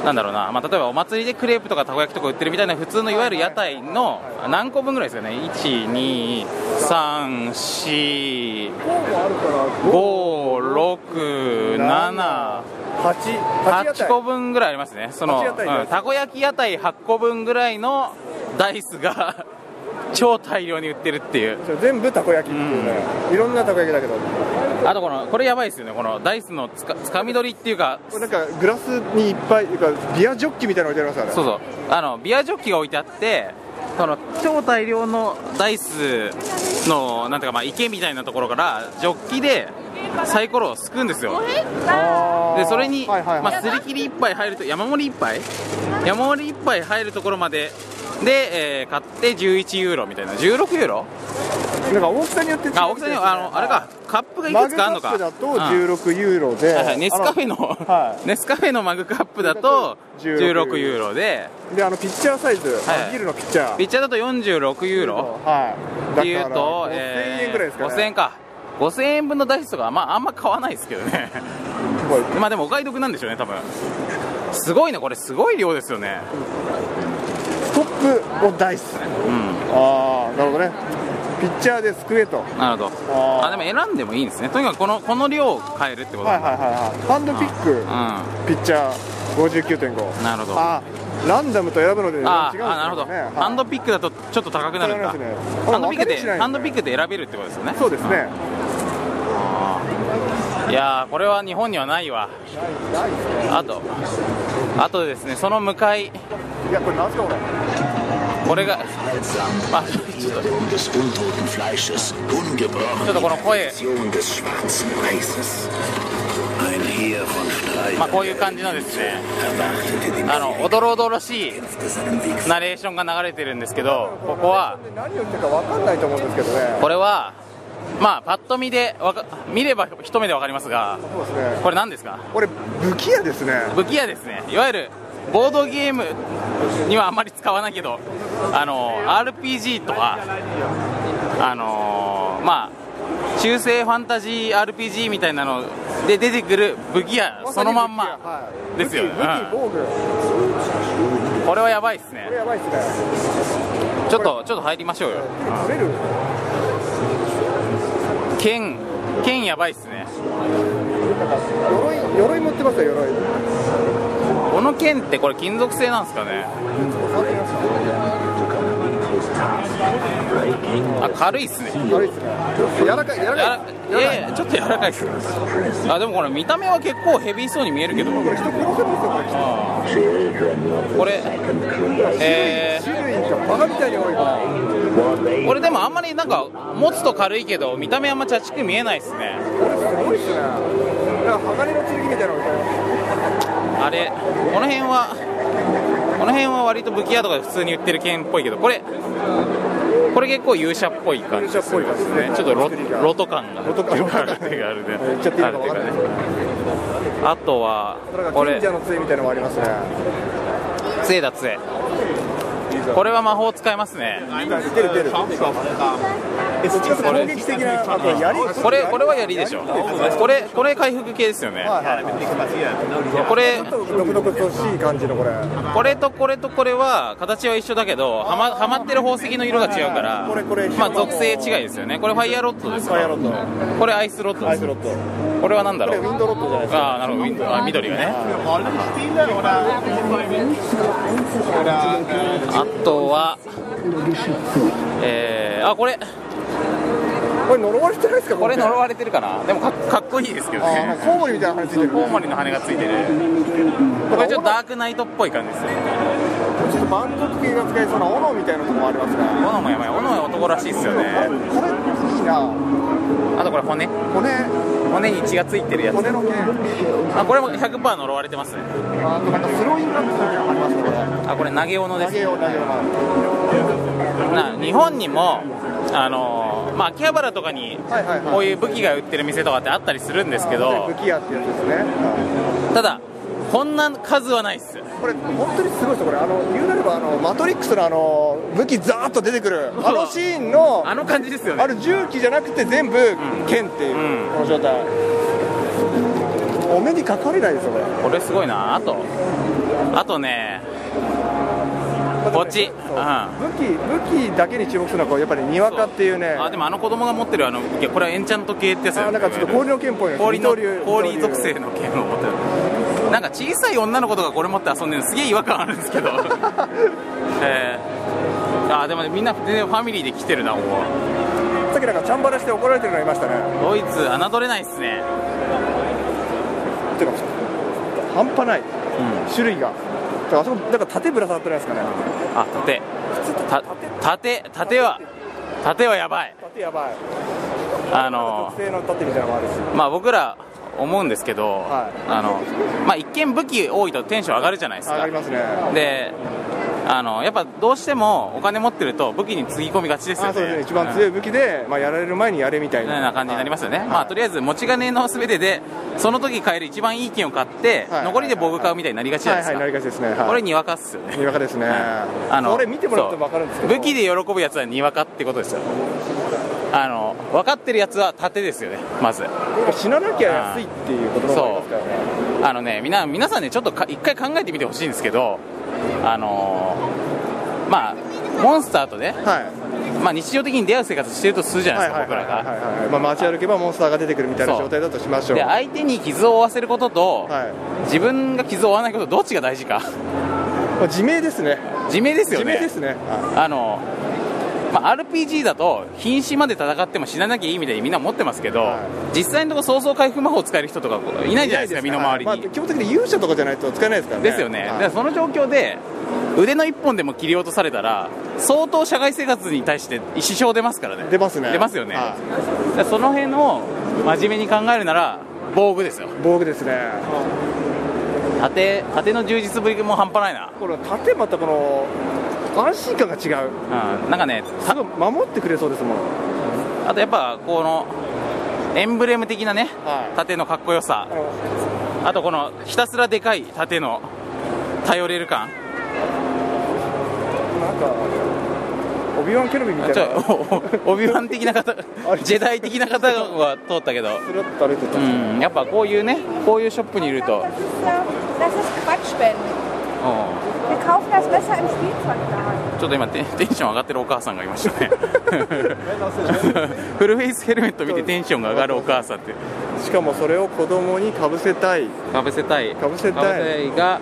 B: なんだろうな、まあ、例えばお祭りでクレープとかたこ焼きとか売ってるみたいな普通のいわゆる屋台の何個分ぐらいですかね1234567
C: こうもあるから、八八屋
B: 8
C: 台
B: 個分ぐらいありますねその、
C: 八屋台です
B: うんたこ焼き屋台8個分ぐらいのダイスが [LAUGHS] 超大量に売ってるっていう
C: 全部たこ焼きっていうね、いろんなたこ焼きだけど
B: あとこのこれやばいですよねこのダイスのつかつかみ取りっていうか
C: これなんかグラスにいっぱいいうかビアジョッキみたいなの置いてあります
B: そ
C: よ
B: うそうあのビアジョッキが置いてあってその超大量のダイスのなんていうかまあ池みたいなところからジョッキでサイコロをすくうんですよ
C: ね
B: でそれに、
C: はいはいはい
B: まあ、すり切り1杯入ると山盛り1杯山盛り1杯入るところまでで、えー買って11ユーロみたいな16ユーロ
C: なんか大きさによって違う
B: あ大きさにあのあれかカップがい
C: マ
B: く
C: グ
B: つかあ
C: カ
B: るの
C: ッ
B: か
C: プだと
B: うん
C: 16ユーロで、
B: はいはいネスカフェの、
C: は
B: ネスカフェのマグカップだと16ユーロで
C: あのであのピッチャーサイズ、
B: はい
C: ビールのピッチャー
B: ピッチャーだと46ユーロ
C: はい
B: っていうと
C: だから5000
B: え
C: 円ぐらいですかね
B: 5000円か5000円分のダイスとか、まあ、あんま買わないですけどね [LAUGHS] まあでもお買い得なんでしょうね多分すごいねこれすごい量ですよね
C: ストップをダイス、ああなるほどねピッチャーですくえとはい
B: なるほど
C: あー
B: あでも選んでもいいんですねとにかくこのこの量を買えるってこと
C: は
B: ないんだ
C: はいはいハンドピック、ピッチャー59.5
B: なるほど
C: あランダムと選ぶので違うんですね
B: あーあーなるほど、
C: はい
B: ハンドピックだとちょっと高くなるんだ、
C: 高くなりますね
B: ハンドピックで
C: あ分かれ道ないね
B: ハンドピックで選べるってことですよね
C: そうですね
B: いやーこれは日本にはないわあとあとですねその向かい
C: いやこれなんすかこれ
B: これがあちょっとち
E: Verteidigung des untoten Fleisches, ungebrochene
B: ょっとこの声
E: Nation des schwarzen Reises. Ein Heer von
B: まあ
E: Streitern
B: こういう感じのですね
E: erwartete den
B: あのおどろおどろしい
E: Kämpfte seinen Weg
B: ナレーションが流れてるんですけどここは
C: 何を言ってるか分かんないと思うんですけどね
B: これはまあパッと見でわか見れば一目でわかりますが
C: そうですね
B: これ何ですか
C: これ武器屋ですね
B: 武器屋ですねいわゆるボードゲームにはあまり使わないけどあの RPG とかあのまあ中世ファンタジー RPG みたいなので出てくる武器屋そのまんま
C: はい
B: ですよね
C: 武器武器防具こ
B: これはやばいっすね
C: れやばいっすね
B: ちょっとちょっと入りましょうよ
C: 取れる
B: 剣剣やばいっすね
C: なんか鎧鎧持ってますよ鎧
B: この剣ってこれ金属製なんですかねあ軽いっすね
C: 軽いっすね柔らかい柔ら
B: やら
C: か
B: いやいやちょっと柔らかいっすねあでもこれ見た目は結構ヘビーそうに見えるけど
C: いこれ人殺せますよ
B: これえ
C: これ種類がバカみたいに多いから
B: ー、これでもあんまりなんか持つと軽いけど見た目あんま茶ちく見えないっすね
C: すごいっすねなんか鋼の剣みたいなのみたいな
B: あれこの辺はこの辺は割と武器屋とかで普通に売ってる剣っぽいけどこれこれ結構勇者っぽい感じですね
C: 勇者っぽい感じですね
B: ちょっとロ
C: 作りが
B: ロト感が
C: ロト感が
B: あるっていうかあるね
C: 言っちゃっていい
B: あ
C: の
B: る
C: か
B: ってい
C: 分
B: う
C: か
B: か
C: んない
B: ねあとは
C: なんか
B: こ
C: 賢
B: れ
C: 者の杖みたいなのもありますね
B: 杖だ杖これは魔法使えますね
C: 出る出る。どっちかと攻撃的な、あと槍。
B: これこれは槍でしょこれこれ回復系ですよねこれ
C: ちょっと独特としい感じのこれ。
B: これとこれとこれは形は一緒だけどはまはまってる宝石の色が違うから
C: これこれ
B: まあ属性違いですよねこれファイヤーロッドですか
C: ファイヤーロッ
B: これアイスロッドです
C: ロット。こ
B: これは何だ
C: れ
B: ろ
C: ウ
B: う
C: ィンドロットじゃないですか。
B: ああなるほどウィンドあ緑がねあとはえー、あこれ
C: これ呪われてないですか。
B: これ呪
C: わ
B: われてるかなでもかかっこいいですけど
C: れ。あ
B: ね
C: あ、コウモリみたいな羽ついてる。
B: コウモリの羽がついてるこれちょっとダークナイトっぽい感じですね
C: ちょっと満足系が使えそうな斧みたいなとこもありますね。
B: 斧もやばい斧は男らしいっすよね
C: これいいな。
B: あとこれ骨
C: 骨
B: 骨に血がついてるやつ
C: 骨の剣。
B: あこれも100%呪われてますね
C: あとなんかスローインガンみたいなのありますねこれ。
B: あこれ投げ斧で
C: 投げ
B: す
C: よう投げよう。
B: な日本にもあのーまあ秋葉原とかに
C: はいはいはい
B: こういう武器が売ってる店とかってあったりするんですけど
C: 武器屋ってやつですね。はい
B: ただこんな数はないっす
C: これ本当にすごいですよこれあの言うなればあのマトリックスのあの武器ザーッと出てくるあのシーンの
B: あの感じですよ
C: あ
B: ね
C: る重機じゃなくて全部剣っていう、
B: うん
C: この状態お目にかかれないですよこれ
B: これすごいなあとあとねこっち
C: そう
B: うん
C: 武器武器だけに注目するのはこうやっぱりにわかっていうね
B: あでもあの子供が持ってるあのいやこれはエンチャント系ってやつだよ
C: あなんかちょっと氷の剣っぽいの
B: 氷の
C: 二刀流
B: 氷
C: 二刀
B: 属
C: 流
B: 性の剣を持ってるなんか小さい女の子とかこれ持って遊んでるのすげえ違和感あるんですけ
C: [LAUGHS]
B: どえー、あーでもねみんな全然ファミリーで来てるなここ
C: さっきなんかチャンバラして怒られてるのいましたね
B: ドイツ侮れないっすね
C: てか半端ない、種類がだからあそこなんか縦ぶら下がってないですかね
B: あ盾た盾盾は盾はやばい
C: 縦やばい
B: あの
C: 特製の縦みたいなのもあるし
B: まあ僕ら思うんですけど、
C: はい
B: あのまあ一見武器多いとテンション上がるじゃないです
C: 上がりますね
B: であのやっぱどうしてもお金持ってると武器につぎ込みがちですよ
C: あ
B: ね
C: そうですね一番強
B: い
C: い武器で、まあ、やられる前にやれみたい
B: よう
C: な
B: な感じになりますよね、
C: はい
B: まあとりあえず持ち金のすべてでその時買える一番いい金を買って、
C: はい
B: 残りで防具買うみたいになりがちじゃないですか、
C: はいはいなりがちですね、はい、
B: これにわかっすよね
C: にわかですね、
B: あの
C: これ見てもらうと分かるんですけど
B: そう武器で喜ぶやつはにわかってことですよあの分かってるやつは盾ですよねまず
C: なんか死ななきゃ安いっていうこともありますからね
B: あのねみな皆さんねちょっとか一回考えてみてほしいんですけどあのーまあモンスターとね、
C: はい
B: まあ、日常的に出会う生活してるとするじゃない
C: は
B: で
C: い
B: す
C: は
B: か
C: い
B: 僕
C: はい
B: らが
C: はいはいはいまあ街歩けばモンスターが出てくるみたいな
B: そう
C: 状態だとしましょう
B: で相手に傷を負わせることと、
C: はい
B: 自分が傷を負わないことどっちが大事か [LAUGHS]
C: まあ自明ですね
B: 自明ですよ
C: 自
B: ね
C: 明ですねは
B: あの、まあ、RPG だと瀕死まで戦っても死ななきゃいいみたいにみんな思ってますけど、
C: は
B: 実際のところ早々回復魔法を使える人とかいないじゃないですか身の回りに、
C: はいまあ基本的に勇者とかじゃないと使えないですからね
B: ですよね、だ
C: はい
B: からその状況で腕の一本でも切り落とされたら相当社外生活に対して支障出ますからね
C: 出ますね
B: 出ますよね、
C: は
B: だからその辺を真面目に考えるなら防具ですよ
C: い防具ですね
B: 縦縦の充実ぶりも半端ない
C: これ盾またこの安心感が違う
B: な、うん、なんかね
C: す
B: た
C: ごい守ってくれそうですもん
B: あとやっぱこのエンブレム的なね、
C: はい
B: 盾のかっこよさ
C: あの
B: あとこのひたすらでかい盾の頼れる感
C: なんかオビワン・ケノビみたいな
B: ち
C: ス
B: ょおおオビワン的な方
C: あれ
B: ジェダイ的な方は通ったけど
C: ルッと歩いてた、
B: うん、やっぱこういうね、こういうショップにいると、
F: Das ist, ja- das ist Quatschspenden. Wir kaufen das besser im Spielzeugladen.
B: ちょっと今テン、テンション上がってるお母さんがいましたね、 [LAUGHS] フルフェイスヘルメット見てテンションが上がるお母さんって、
C: しかもそれを子供にかぶせたい
B: かぶせたい、
C: かぶせたい
B: かぶせが、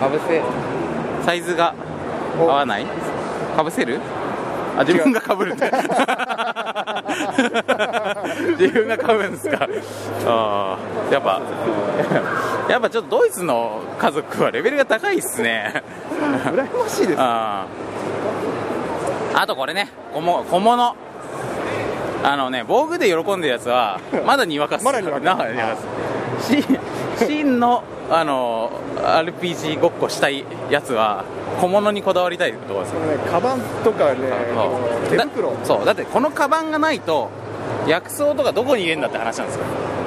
B: かぶせ、サイズが合わない、かぶせるあ自分がかぶるって [LAUGHS] 自分がかぶるんですかあーやっぱやっぱちょっとドイツの家族はレベルが高いっすね
C: 羨ましいです
B: ああとこれね小物小物あのね防具で喜んでるやつ
C: [LAUGHS]
B: はまだにわかっす
C: まだにわかっす
B: まだにわかっすし真のあの RPG ごっこしたいやつは小物にこだわりたいところです
C: このねカバンとかね
B: そう
C: 手袋
B: だそうだってこのカバンがないと薬草とかどこに入れるんだって話なんですよ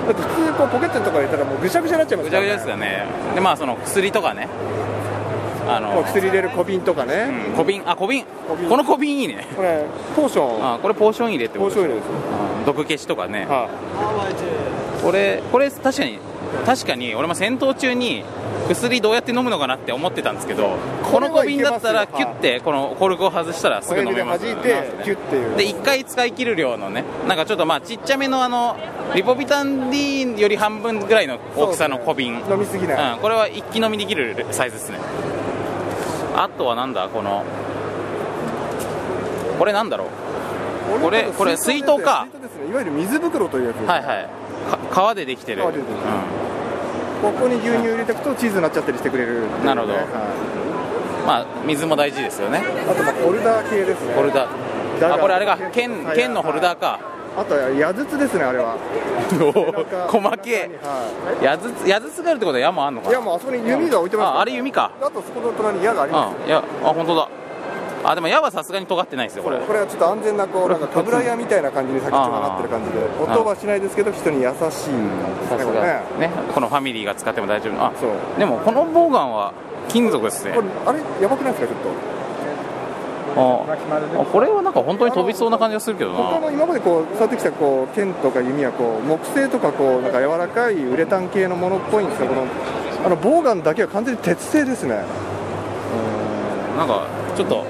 C: だって普通こうポケットとか入れたらもうぐちゃぐちゃになっちゃいま
B: ぐ
C: す
B: ち
C: か
B: ゃ
C: ら、
B: ぐ
C: ね、
B: ちゃですよねでまあその薬とかねあ
C: もう
B: の
C: 薬入れる小瓶とかね、
B: 小瓶あ小瓶
C: 小瓶
B: この小瓶いいね
C: これポーション
B: あこれポーション入れって
C: ポ
B: こ
C: ー
B: と
C: シ
B: で
C: ョ
B: す
C: ン入れですよ
B: 毒消しとかね
C: は
B: これこれ確かに確かに俺も戦闘中に薬どうやって飲むのかなって思ってたんですけどこ
C: これ
B: の
C: は
B: 小瓶だったら
C: いけま
B: キ
C: す
B: ュ
C: よ
B: ッてこのコルクを外したら
C: い
B: すぐ
C: 親
B: 飲
C: 指
B: め
C: で
B: ま
C: 弾
B: す
C: い
B: 飲めます
C: て
B: ね
C: キュッていう
B: で1回使い切る量のねなんかちょっとまあちっちゃめのあのリポビタン D より半分ぐらいの大きさの小瓶
C: 飲みすぎない、
B: うん、これは一気飲みできるサイズですねあとはなんだこのこれなんだろこれこれ水筒か
C: 水筒ですねいわゆる水袋というやつです
B: う
C: ね、
B: はいはいか皮でできてる
C: 皮でできてるここに牛乳入れてくとチーズになっちゃったりしてくれるっていうね、
B: なるほど
C: はい
B: うん、まあ水も大事ですよね
C: あとまあホルダー系ですね
B: ホルダ
C: だ
B: ー
C: が
B: あこれあれが
C: はい
B: 剣剣のホルダーか
C: あとは矢筒ですねあれは
B: [LAUGHS] 細け
C: は
B: え矢筒矢筒があるってことは矢もあんの
C: いい
B: か
C: や
B: な
C: もうあそこに弓が置いてますから
B: ああれ弓か
C: あとそこの隣に矢があります
B: うんいやあ本当だあでも矢はさすがに尖ってないですよこ
C: こ
B: れ
C: れこれはちょっと安全なこうなんかかぶら矢みたいな感じに先っちょがなってる感じで
B: あー
C: 音はしないですけど人に優しいです
B: さ
C: ね
B: す
C: これね
B: がねこのファミリーが使っても大丈夫あ
C: そう
B: でもこのボウガンは金属ですね
C: これあれやばくないですかちょっと
B: ああこれはなんか本当に飛びそうな感じがするけど
C: 他
B: な
C: の今までこう触ってきたこう剣とか弓はこう木製とかこうなんか柔らかいウレタン系のものっぽいんですけどこのあのボウガンだけは完全に鉄製ですね
B: なんかちょっと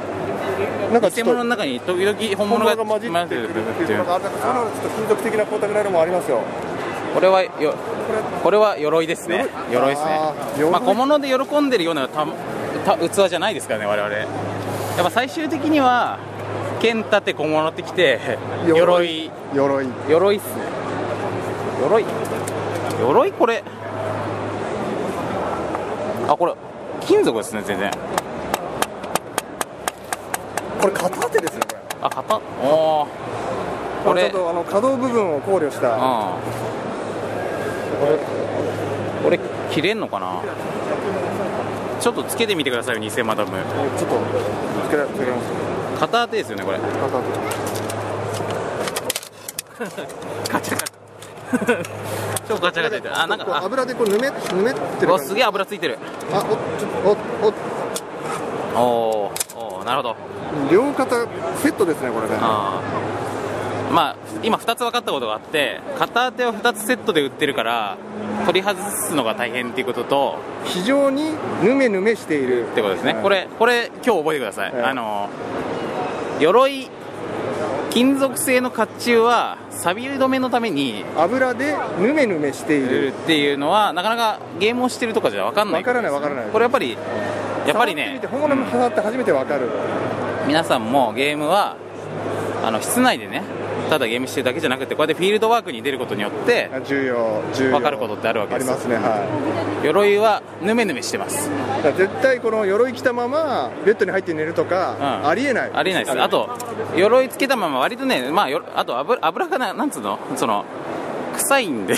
C: なんかち
B: 偽
C: ょっ
B: 物の中
C: と
B: に時々本
C: 本
B: 物
C: 物
B: が
C: が混じってくるっていうのがあったからそういうのがちょっと金属的な光沢のあるのもありますよ
B: これはよこれは鎧ですね鎧ですね
C: あー
B: まあ、
C: 鎧
B: 小物で喜んでるようなたた器じゃないですからね我々やっぱ最終的には剣盾小物ってきて鎧
C: 鎧
B: 鎧っすね鎧鎧これあこれ金属ですね全然
C: これ片手ですねこれ
B: あ型おおこ
C: ちょ
B: れ
C: っとあの可動部分を考慮した
B: うんこれ切れんのかなちょっとつけてみてくださいよ偽マダム
C: ちょっとつけらつけられます
B: 片手ですよねこれ
C: 片手
B: ガチャガチャ超ガチャガチャってあなんかあ
C: 油でこうぬめぬめって
B: う
C: る
B: わ
C: 感じ
B: すげえ油ついてる
C: あおっちょっとおっ
B: おーおーなるほど
C: おっ両肩セットですねこれね
B: あまあ、今2つ分かったことがあって片手を2つセットで売ってるから取り外すのが大変っていうことと
C: 非常にヌメヌメしている
B: ってことですね、
C: はい
B: これこれ今日覚えてください、
C: はい
B: あの鎧金属製の甲冑は錆び止めのために
C: 油でヌメヌメしてい
B: 売る
C: る
B: っていうのはなかなかゲームをしてるとかじゃ分かんない
C: 分からない分からない
B: これやっぱりやっぱりね
C: 触ってみて本物の肌って初めて分かる
B: 皆さんもゲームはあの室内でねただゲームしてるだけじゃなくてこうやってフィールドワークに出ることによって
C: 重要重要
B: 分かることってあるわけですよ
C: ありますねは
B: 鎧はヌメヌメしてます
C: いだから絶対この鎧着たままベッドに入って寝るとか、
B: うん
C: ありえない
B: ありえないですあと鎧つけたまま割とね、まあ、よあと油油がななんつうのその臭い [LAUGHS] んで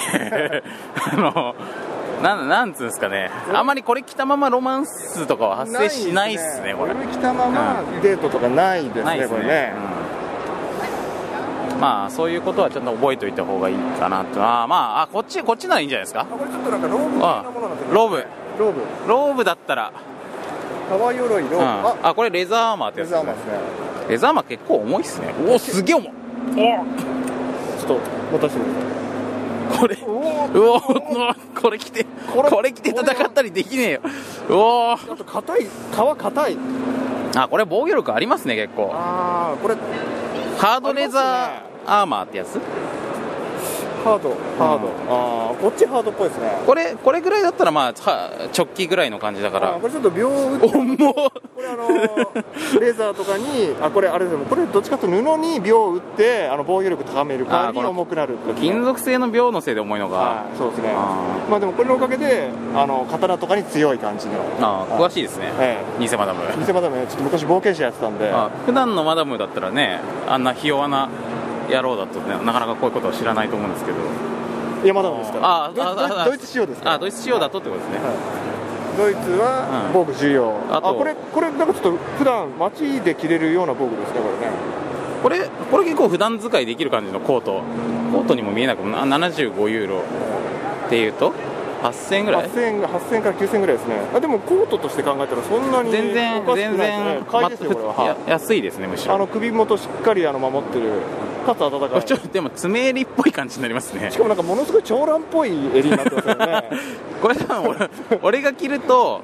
B: あのなんなんつうんですかねあんまりこれ着たままロマンスとかは発生しないっすねこれ
C: 鎧着たままデートとかないですね
B: ないです
C: こ
B: ね
C: れね、
B: うんまあそういうことはちょっと覚えておいた方がいいかなとはまああこっちこっちならいいんじゃないですか
C: あこれちょっとなんかローブ
B: あ
C: のものなんですね
B: ローブ
C: ローブ
B: ローブだったら、
C: 革鎧ローブ、
B: うん、
C: あ
B: あこれレザーアーマーって
C: レ
B: やつ
C: ザ
B: で
C: ー
B: す
C: マ
B: ね
C: ンですね
B: レザーアーマー結構重いっすねおおすげえ重い
C: ちょっと持たせてください
B: これうおーこれ着て
C: これ
B: これ着て戦ったりできねえようおー
C: あと硬い皮硬い
B: あこれ防御力ありますね結構
C: ああこれ
B: ハードレザーアーマーってやつ
C: ハードハード、ああこっちハードっぽいですね
B: これこれぐらいだったらまあは直帰ぐらいの感じだか
C: あ
B: ら
C: ーこれちょっと秒打ち
B: 重っ
C: これあの
B: [LAUGHS]
C: ーレーザーとかにあこれあれですねこれどっちかというと布に秒打ってあの防御力高める代わり
B: あーこ
C: に
B: の
C: 重くなるってこと
B: 金属製の秒のせいで重いのが
C: はいそうですね
B: あ
C: まあでもこれのおかげであの刀とかに強い感じの
B: あー詳しいですね
C: え
B: 偽マダム
C: え偽までもねちょっと昔冒険者やってたんで
B: あ普段のマダムだったらねあんなひ弱な野郎だとねなかなかこういうことは知らないと思うんですけど
C: 山田もですから
B: あー
C: ドイ
B: あーあーあー
C: ドイドイツ仕様ですから
B: あドイツ仕様だとってことですね
C: ドイツは
B: うん
C: 防具重要、
B: あ
C: あ
B: と
C: これこれなんかちょっと普段街で着れるような防具ですねこれね
B: これこれ結構普段使いできる感じのコートコートにも見えなくもないあ75ユーロっていうと8000円ぐらい
C: 8000円が8000円から9000円ぐらいですねあでもコートとして考えたらそんなに
B: 全然
C: おかしく
B: 全
C: ないです
B: 然
C: ね買いですよこれは、
B: ま
C: はい
B: や安いですねむし
C: あ
B: ろ
C: の首元しっかりあの守ってるかつ暖
B: [LAUGHS]
C: か
B: ちょ
C: い
B: っとでも爪襟っぽい感じになりますね
C: しかもなんかものすごい長蘭っぽい襟になってます
B: [LAUGHS]
C: よね
B: これ多分俺俺が着ると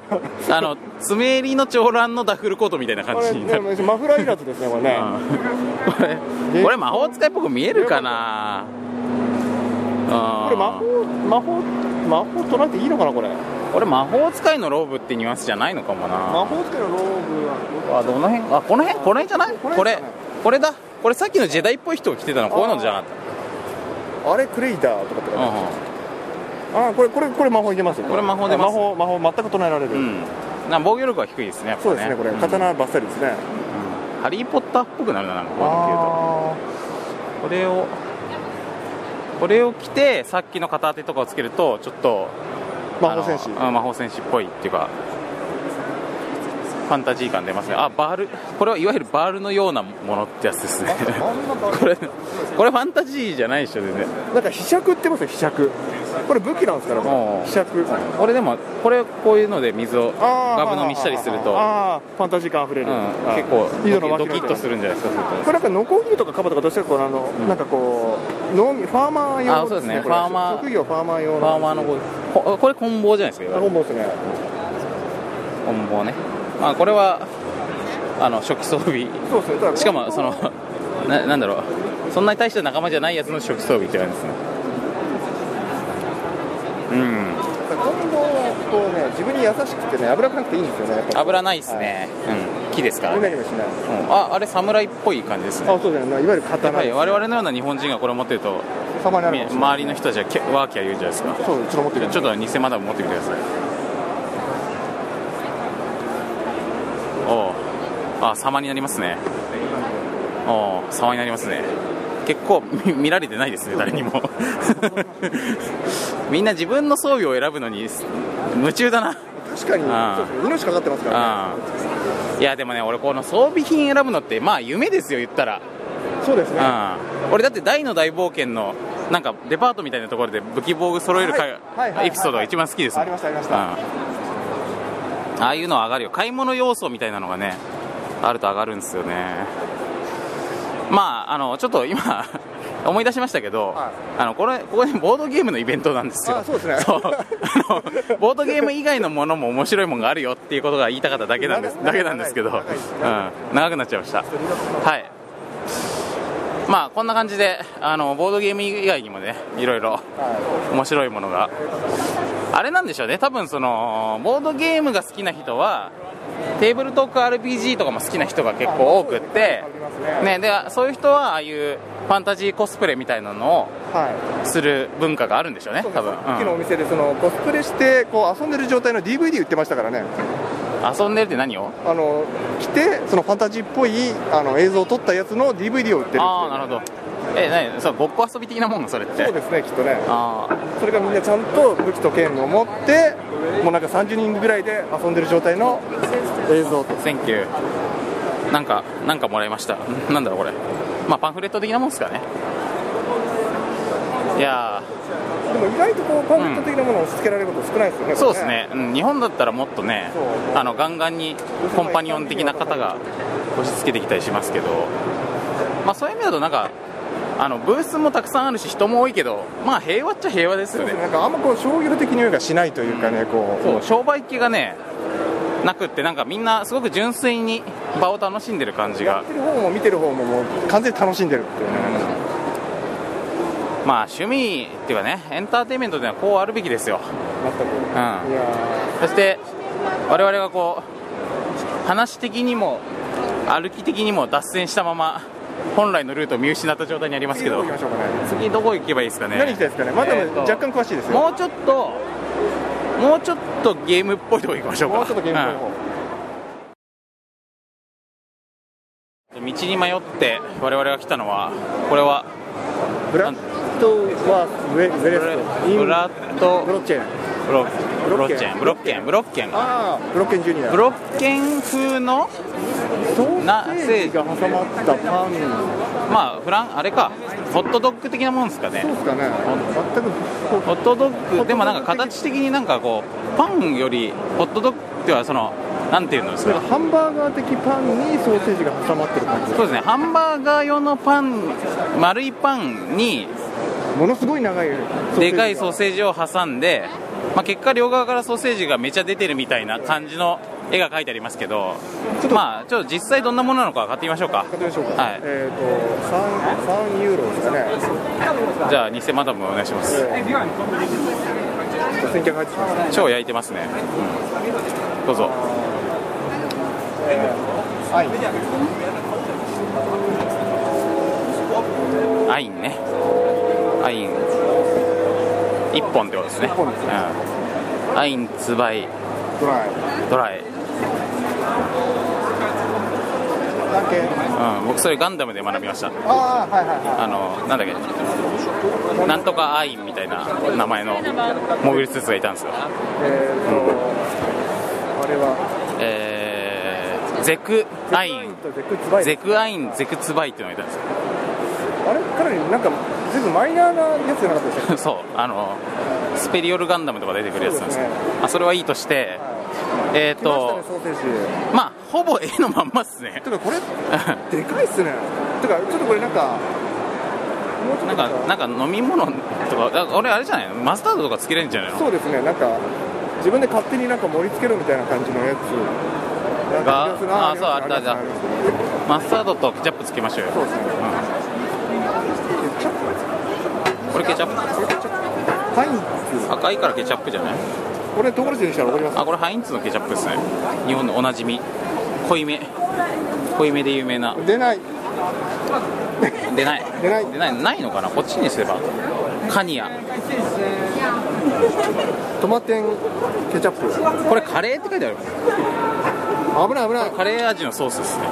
B: あの爪襟の長蘭のダッフルコートみたいな
C: こ
B: 感
C: れ
B: じにな
C: ね
B: る
C: マフラーいらずですねこれね、
B: うんこれ
C: で
B: これ魔法使いっぽく見えるかな
C: これ魔
B: あ
C: 法魔法魔法取られていいのかなこれ
B: ーこれ魔法使いのローブってニュアンスじゃないのかもな
C: 魔法使いのローブは
B: あどの辺あこの辺この辺じゃない
C: こ
B: こ
C: れ
B: れ
C: こ
B: こ
C: れ
B: れだこれさっきのジェダイっぽい人が着てたのこういうのじゃなかっ
C: あれクレイダーとかって書いてあ
B: た
C: るあーこれこれこれ魔法いけますよ
B: これ魔法出ます
C: 魔法魔法全く唱えられる、
B: うん、うん、なんか防御力は低いですねやっぱ
C: そうですねこれ
B: ん
C: 刀ばっさりですね、
B: ハリー・ポッターっぽくなるななんかこういうの
C: あ
B: 着るとこれをこれを着てさっきの片手とかをつけるとちょっと
C: ー魔法戦士
B: あのうん魔法戦士っぽいっていうかファンタジー感出ますねあバールこれはいわゆるバールのようなものってやつですねこれこれファンタジーじゃないでしょ全然
C: なんか飛尺ってますよ飛尺これ武器なんですから
B: おう
C: 飛尺
B: これでもこれこういうので水を
C: あー
B: ガブ飲みしたりすると、
C: あーファンタジー感あふれ
B: う
C: る、
B: ん
C: はい
B: 結構
C: 井戸の
B: ド
C: 脇
B: キドキッとするんじゃないですかそう
C: これなんかノコギリとかカバとかどうしてもこのあの、
B: ん
C: なんかこう農民ファーマー用
B: あそうですね
C: これ
B: ファーマー
C: 職業ファーマー
B: す
C: 用
B: るとファーマーのこここれ棍棒じゃないです
C: あ
B: か
C: 本物ですね
B: 棍棒ね、まあ、これはあの初期装備
C: そうですねただ
B: しかもそのななんだろうそんなに大した仲間じゃないやつの初期装備って感じですねうん
C: 今後こうね自分に優しくてね油かなくていいんですよねやっぱ
B: 油ないですね、うん木ですから
C: ぬめ
B: ね、
C: ぬめしないあ
B: うんああれ侍っぽい感じですね
C: そうだよねいわゆる
B: やっ
C: 刀
B: ぱり我々のような日本人がこれ持ってると
C: たまにあるかもしれない
B: 周りの人たちはけワーキャー言うじゃないですか
C: そうちょっと持ってみる
B: ちょっと偽マダム持ってみてくださいおおあ様になりますねおお様になりますね結構み見られてないですね誰に
C: [LAUGHS]
B: もみんな自分の装備を選ぶのに夢中だな
C: 確かに
B: あ
C: そう
B: ー
C: ですね命かかってますから
B: うんいやでもね俺この装備品選ぶのってまあ夢ですよ言ったら
C: ねそうですね
B: うん、俺だって大の大冒険のなんかデパートみたいなところで武器防具揃える
C: はいはいはい
B: かエピソードが一番好きですもん
C: ありましたありました
B: うんああいうのは上がるよ買い物要素みたいなのがねあると上がるんですよねまああのちょっと今 [LAUGHS] 思い出しましたけど、
C: は
B: あのこれここにボードゲームのイベントなんですよ
C: あそうですね
B: そうあのボードゲーム以外のものも面白いものがあるよっていうことが言いたかっただけなんです
C: 長
B: だ
C: い
B: けなんですけど、う
C: 長い
B: ん、長くなっちゃいましたはいまあこんな感じであのボードゲーム以外にもねいろいろ
C: は
B: 面白いものがあれなんでしょうね多分そのボードゲームが好きな人はテーブルトーク RPG とかも好きな人が結構多くって
C: あります
B: ね、
C: ね
B: でそういう人はああいうファンタジーコスプレみたいなのを
C: はい
B: する文化があるんでしょうね
C: そうで
B: 多
C: す
B: 分、
C: さっきのお
B: う
C: 店でそのコスプレしてこう遊んでる状態の DVD 売ってましたからね
B: ん、遊んでるって何を
C: あの来てそのファンタジーっぽいあの映像を撮ったやつの DVD を売ってる
B: ああなるほどえ何そうごっこ遊び的なもんそれって
C: そうですねきっとね
B: あー
C: それがみんなちゃんと武器と剣を持ってもうなんか30人ぐらいで遊んでる状態の映像と
B: センキューなんかなんかもらいました [LAUGHS] んなんだろうこれまあパンフレット的なもんですかねいや
C: でも意外とこうパンフレット的なものを押し付けられること少ないですよね、
B: ーそうです
C: これ
B: ね、うん、日本だったらもっとね
C: そう
B: あのガンガンにコンパニオン的な方が押し付けてきたりしますけど、まあ、そういう意味だとなんかあのブースもたくさんあるし人も多いけどまあ平和っちゃ平和です
C: そう
B: よ
C: で
B: ね
C: すねなんかあんまこう商業的匂いがしないというかねこう
B: そう商売気がねなくってなんかみんなすごく純粋に場を楽しんでる感じ
C: や
B: が
C: ってる方も見てる方ももう完全に楽しんでるっていうね、
B: まあ趣味っていうかねエンターテインメントってのはこうあるべきですよ、
C: 全
B: うん、
C: くいや
B: そして我々がこう話的にも歩き的にも脱線したまま本来のルートを見失った状態にありま
C: ー
B: すけど
C: どう行きましょうかね
B: 次どこ行けばいいですかね
C: 何行きたいですかねまだ
B: えーと
C: 若干詳しいですよ
B: もうちょっともうちょっとゲームっぽいとこ行きましょうか
C: もうちょっとゲームの方、
B: うん道に迷って我々が来たのはこれは
C: ブラッドはウェウェレストイン
B: ブラッド
C: ブロッチェン
B: ブロブロッケンブロッケンブロッケン
C: ああブロッケンジュニア
B: ブロッケン風の
C: ソー
B: な
C: セージが挟まったパン
B: まあフランあれかホットドッグ的なもんですか
C: そう
B: ね
C: ですかね全くこ
B: ホットドッグでもなんか形的になんかこうパンよりホットドッグってはそのなんていうんです
C: うな
B: か
C: んかハンバーガー的パンにソーセージが挟まってる感じ
B: そうですねハンバーガー用のパン丸いパンに
C: ものすごい長いソーセージが
B: でかいソーセージを挟んで、まあ、結果両側からソーセージがめちゃ出てるみたいな感じの絵が描いてありますけど
C: ちょっと
B: まあちょっと実際どんなものなのか買ってみましょうか
C: 買ってみましょうか、
B: はい
C: えっ、と三三ユーロですかね
B: じゃあ偽マダムお願いします
C: えーちょっと先客入ってきます
B: 超焼いてますね、うんどうぞ
C: はい
B: アインねアイン1本ってことですね
C: 一本ですね
B: うんアインツバイ
C: ドライ
B: ドライ、
C: だけ
B: うん、僕それガンダムで学びました
C: ああはいはいは
B: あのなんだっけなんとかアインみたいな名前のモビルスーツがいたんですよ
C: いえっ、とあれは
B: えー、ゼクアイン
C: とゼクツバイ
B: ゼクアインゼクツバイっていうのがいたんですよ
C: あれかなりなんかずいぶんマイナーなやつじゃなかったでしたっ
B: [LAUGHS] そうあのスペリオルガンダムとか出てくるやつなんですよ
C: そうで
B: あそれはいいとしてえっ、
C: け来ま
B: と
C: したねソーセージ
B: まあほぼ絵のまんまっすね [LAUGHS]
C: てかこれでかいっすねてかちょっとこれなんかもうちょっと
B: なんかなんか飲み物とかなんか俺あれじゃないのマスタードとかつけれるんじゃないの
C: そうですねなんか自分で勝手になんか盛り付けるみたいな感じのやつなんか
B: が
C: ありますな
B: あそうあったあった
C: りま
B: マ
C: す
B: スタードとケチャップつけましょうよ
C: そうですね
B: これケチャップ
C: ハインツ
B: 赤いからケチャップじゃない
C: これどこで出てきたらわかります
B: あこれハインツのケチャップですね日本のおなじみ濃いめ濃いめで有名な
C: 出ない
B: 出ない
C: 出ない
B: 出ないないのかなこっちにすればカニや
C: トマテンケチャップ
B: これカレーって書いてある
C: 危ない危ない
B: カレー味のソースですね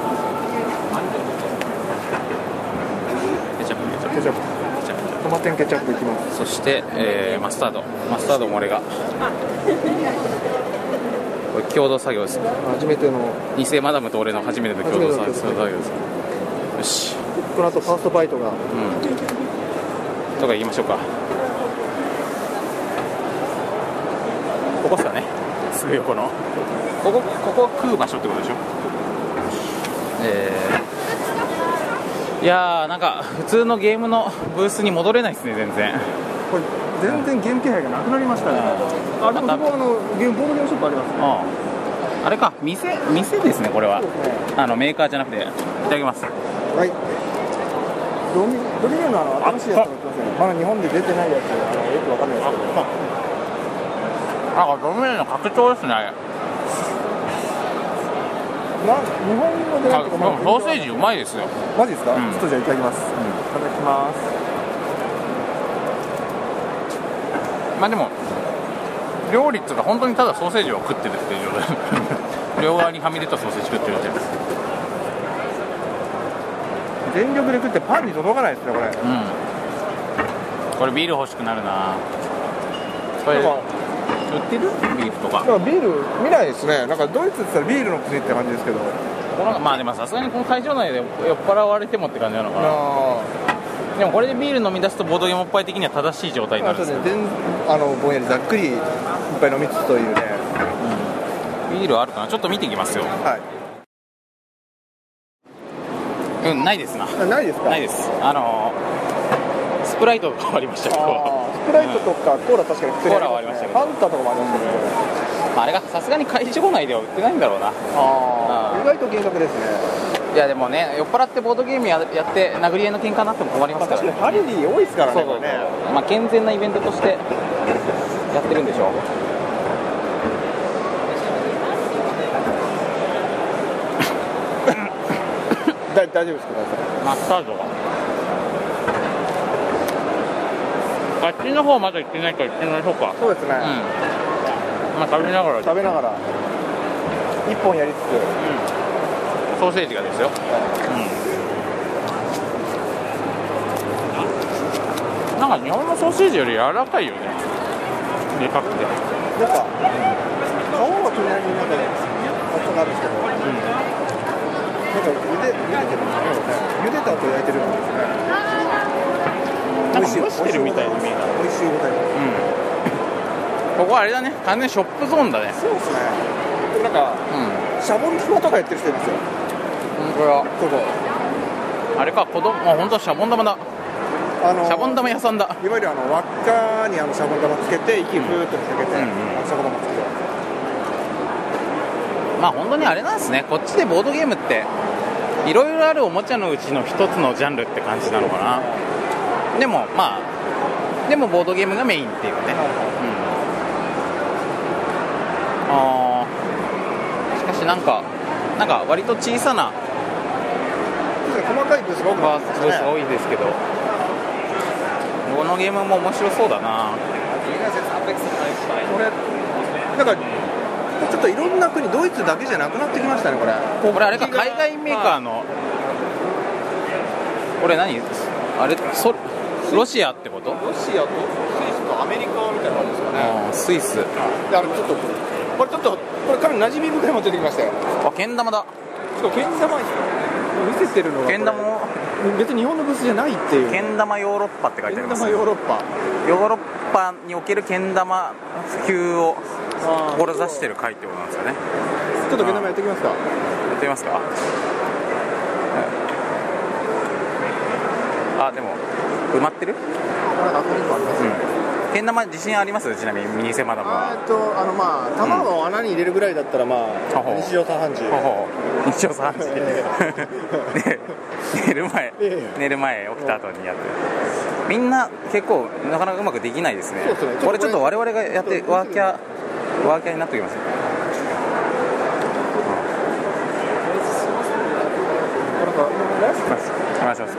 B: ケチャップケチャップケチャッ
C: ケチャッ
B: プ
C: プトマテンケチャップいきます
B: そして、えーマスタードマスタードも俺がこれ共同作業です
C: 初めての
B: 偽マダムと俺の初めての共同作業作業ですよし
C: この後ファーストバイトが
B: とか言いましょうかここっすかねすぐ横のここここは食う場所ってことでしょえいやーなんか普通のゲームのブースに戻れないですね全然
C: これ全然ゲーム気配がなくなりましたねあでもそこはあのゲームボードゲームショップありますね
B: あああれか店店ですねこれはあのメーカーじゃなくていただきます
C: はいドミドミニオンのあの新しいやつも売ってますよねまだ日本で出てないやつあのよくわかんないですけど
B: なんかドミネの拡張ですね
C: な日本の出ないとこまだ
B: ジうまいですよ
C: マジですか、
B: うん
C: ちょっとじゃあいただきます、いただきます
B: まあでも料理っていうか本当にただソーセージを食ってるっていう状態 [LAUGHS] 両側にはみ出たソーセージ食ってるみたいな
C: 全力で食ってパンに届かないですねこれ
B: うんこれビール欲しくなるなこれ
C: なんか
B: 売ってるビールとか
C: なんかビール見ないですねなんかドイツって言ったらビールの国って感じですけど
B: このまあでもさすがにこの会場内で酔っ払われてもって感じなのかな
C: あ
B: でもこれでビール飲み出すとボードゲームおっぱい的には正しい状態にな
C: あ
B: るんで
C: と
B: す
C: ね
B: よ
C: 全あのぼんやりざっくりいっぱい飲みつつというね
B: ビールはあるかなちょっと見ていきますよ
C: はい
B: うんないですな
C: あないですか
B: ないですあのースプライトが変わりましたけど
C: あースプライトとかコーラ確かに普通にありますね
B: コーラは
C: ファンタとかもありますけど、
B: あれがさすがに会場内では売ってないんだろうな
C: あ
B: あ
C: あ意外と厳格ですね、
B: いやでもね酔っ払ってボードゲームややって殴り合いの喧嘩になっても困りま
C: まあ、
B: すか
C: 確
B: ら
C: かに
B: ね
C: ハリリー多いですから
B: そ
C: ね
B: うそう
C: これね
B: まあ健全なイベントとしてやってるんでしょう
C: だ大丈夫ですか大丈夫です
B: マッサージがあっちの方まだ行ってないから行ってみましょうか
C: そうですね、
B: うんまあ食べながら
C: 食べながら一本やりつつ
B: ソーセージがですよ、うん、なんか日本のソーセージより柔らかいよねでかくて
C: なんか顔は隣になんか厚さがあるんですけど、なんか茹で茹でてるんですね茹でた後焼いてるんですね
B: なんか蒸してるみたいに見えた
C: 美味しいございます
B: ここはあれだね完全にショップゾーンだね
C: そうですねでもなんか
B: うん
C: シャボン玉とかやってる人いますよ
B: これは
C: ここ
B: あれか子供あ本当はシャボン玉だ
C: あの
B: シャボン玉屋さんだ
C: いわゆるあの輪っかにあのシャボン玉つけて息ふーっとかけて、
B: うんうん
C: シャボン玉つけて
B: まあ本当にあれなんですねこっちでボードゲームっていろいろあるおもちゃのうちの一つのジャンルって感じなのかなでもまあでもボードゲームがメインっていうね、うん、あーしかしなんかなんか割と小さな
C: 細かいブースが多くな
B: バ
C: って
B: ー
C: ま
B: ス
C: す
B: ブ
C: ね
B: ースが多いですけどこのゲームも面白そうだな
C: これなんかちょっといろんな国ドイツだけじゃなくなってきましたねこれ
B: これあれか海外メーカーのこれ何あれそロシアってこと
C: ロシアとスイスとアメリカみたいな感じですか
B: あースイス
C: あれちょっとこれちょっとこれかなり馴染み深いもの出てきましたよ
B: あけん玉だ
C: しかもけん玉見せてるのがこれ
B: けん玉も
C: 別に日本のブースじゃないっていう
B: けん玉ヨーロッパって書いてあ
C: け
B: り
C: ん
B: ます
C: 玉
B: ね
C: ヨーロッパ
B: ヨーロッパにおけるけん玉普及を志してる会ってことなんですよね
C: ちょっとけん玉やってきますか
B: やってみますかあでも埋まってる
C: なんかあと2個ありますね
B: けん玉自信ありますちなみにミニセマダムは
C: えーっとあのまあ卵を穴に入れるぐらいだったらま
B: ほほ
C: あ日常茶
B: [LAUGHS]
C: 飯事
B: ほうほう日曜3時で寝る前
C: ええ
B: 寝る前起きた後にやってみんな結構なかなかうまくできないですね
C: そうですね
B: これちょっと我々がやって
C: ちょっと
B: ワーキャーワーキャーになっておきます
C: なんかラス
B: お願いします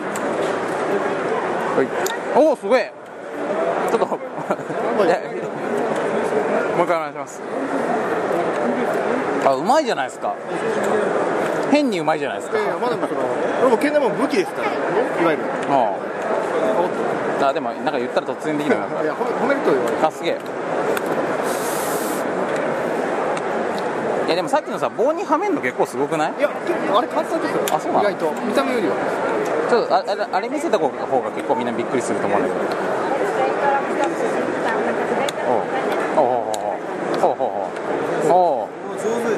B: はいおおすごいちょっと [LAUGHS] いやもう一回お願いしますあうまいじゃないですか変にうまいじゃないですか
C: いやいやまだまだそのこれもけん玉も武器ですからいわゆる
B: ああでもなんか言ったら突然できなくなった
C: いや褒め褒めると言われる
B: あすげえいやでもさっきのさ棒にはめんの結構すごくない
C: いや結構あれ簡単ですよ
B: あそうなの
C: 意外と見た目よりは
B: ちょっとああれあれ見せた方が結構みんなびっくりすると思うんだけど
F: äh,
B: Oh. おうおうおうおうおうおうおう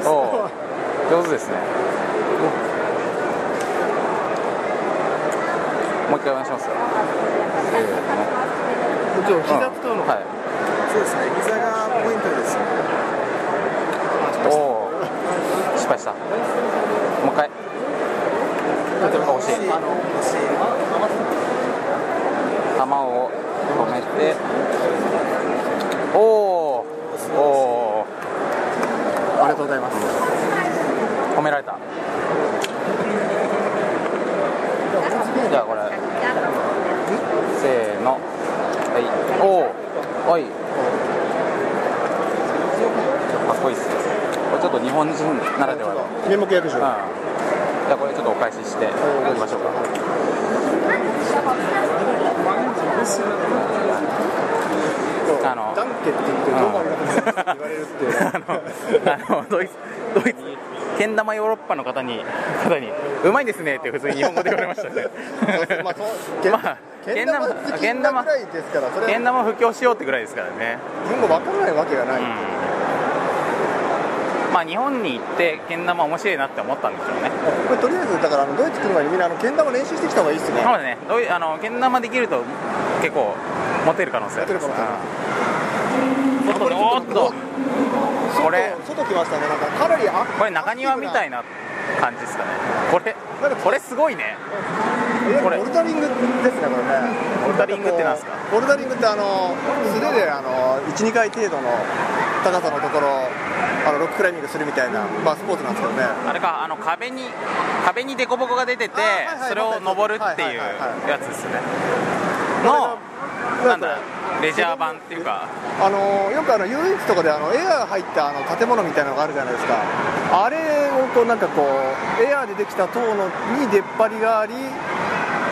B: おう上手ですねもう一回お願いしますよ
C: もちろん膝使うの、
B: はい
G: そうですね、膝がポイントですね。
B: おお失敗したもう一
G: あ
B: 回とお尻
G: あの、お尻
B: 球を止めておおおお
G: ありがとうございます。
B: 褒められたじゃあこれせーのはいおおはいかっこいいっすこれちょっと日本人ならではの
C: 面目役所、
B: じゃあこれちょっとお返ししていきましょうか。あの
C: ダンケって言ってどうもありがとうございますって言われるっていう
B: [LAUGHS] あのあのドイツドイツけん玉ヨーロッパの方に方にうまいですねって普通に日本語で言われましたね。
C: まあ [LAUGHS] そう
B: まあ
C: け
B: け
C: ん
B: ん
C: 玉
B: 玉
C: 好きなぐらいですからそれ
B: け
C: は
B: ん玉布教しようってぐらいですからね。
C: 日本語わからないわけがない、
B: うんまあ日本に行ってけん玉面白いなって思ったんでしょうね。
C: これとりあえずだからあのドイツ来る前にみんなあのけん玉練習してきた方がいいっすね、
B: そうですね。どういうあのけん玉できると結構モテる可能性あります。
C: モテる
B: うんおっとおっとこれ
C: 外外来ましたねなんかかなりあ
B: これ中庭みたいな感じですかねこれこれすごいね
C: え
B: これ
C: ボルダリングですねこれね
B: ボルダリングってなんすか
C: ボルダリングってあの素手であの12回程度の高さのところをあのロッククライミングするみたいな、まあ、スポーツなんですけどね
B: あれかあの壁に壁にデコボコが出てて、
C: あはいはい
B: それを登るっていう
C: はいはいはい
B: やつですね
C: こ
B: の
C: れが
B: なん
C: これ
B: だレジャー版っていうか
C: あのよくあの遊園地とかであのエアーが入ったあの建物みたいなのがあるじゃないですかあれをこうなんかこうエアーでできた塔のに出っ張りがあり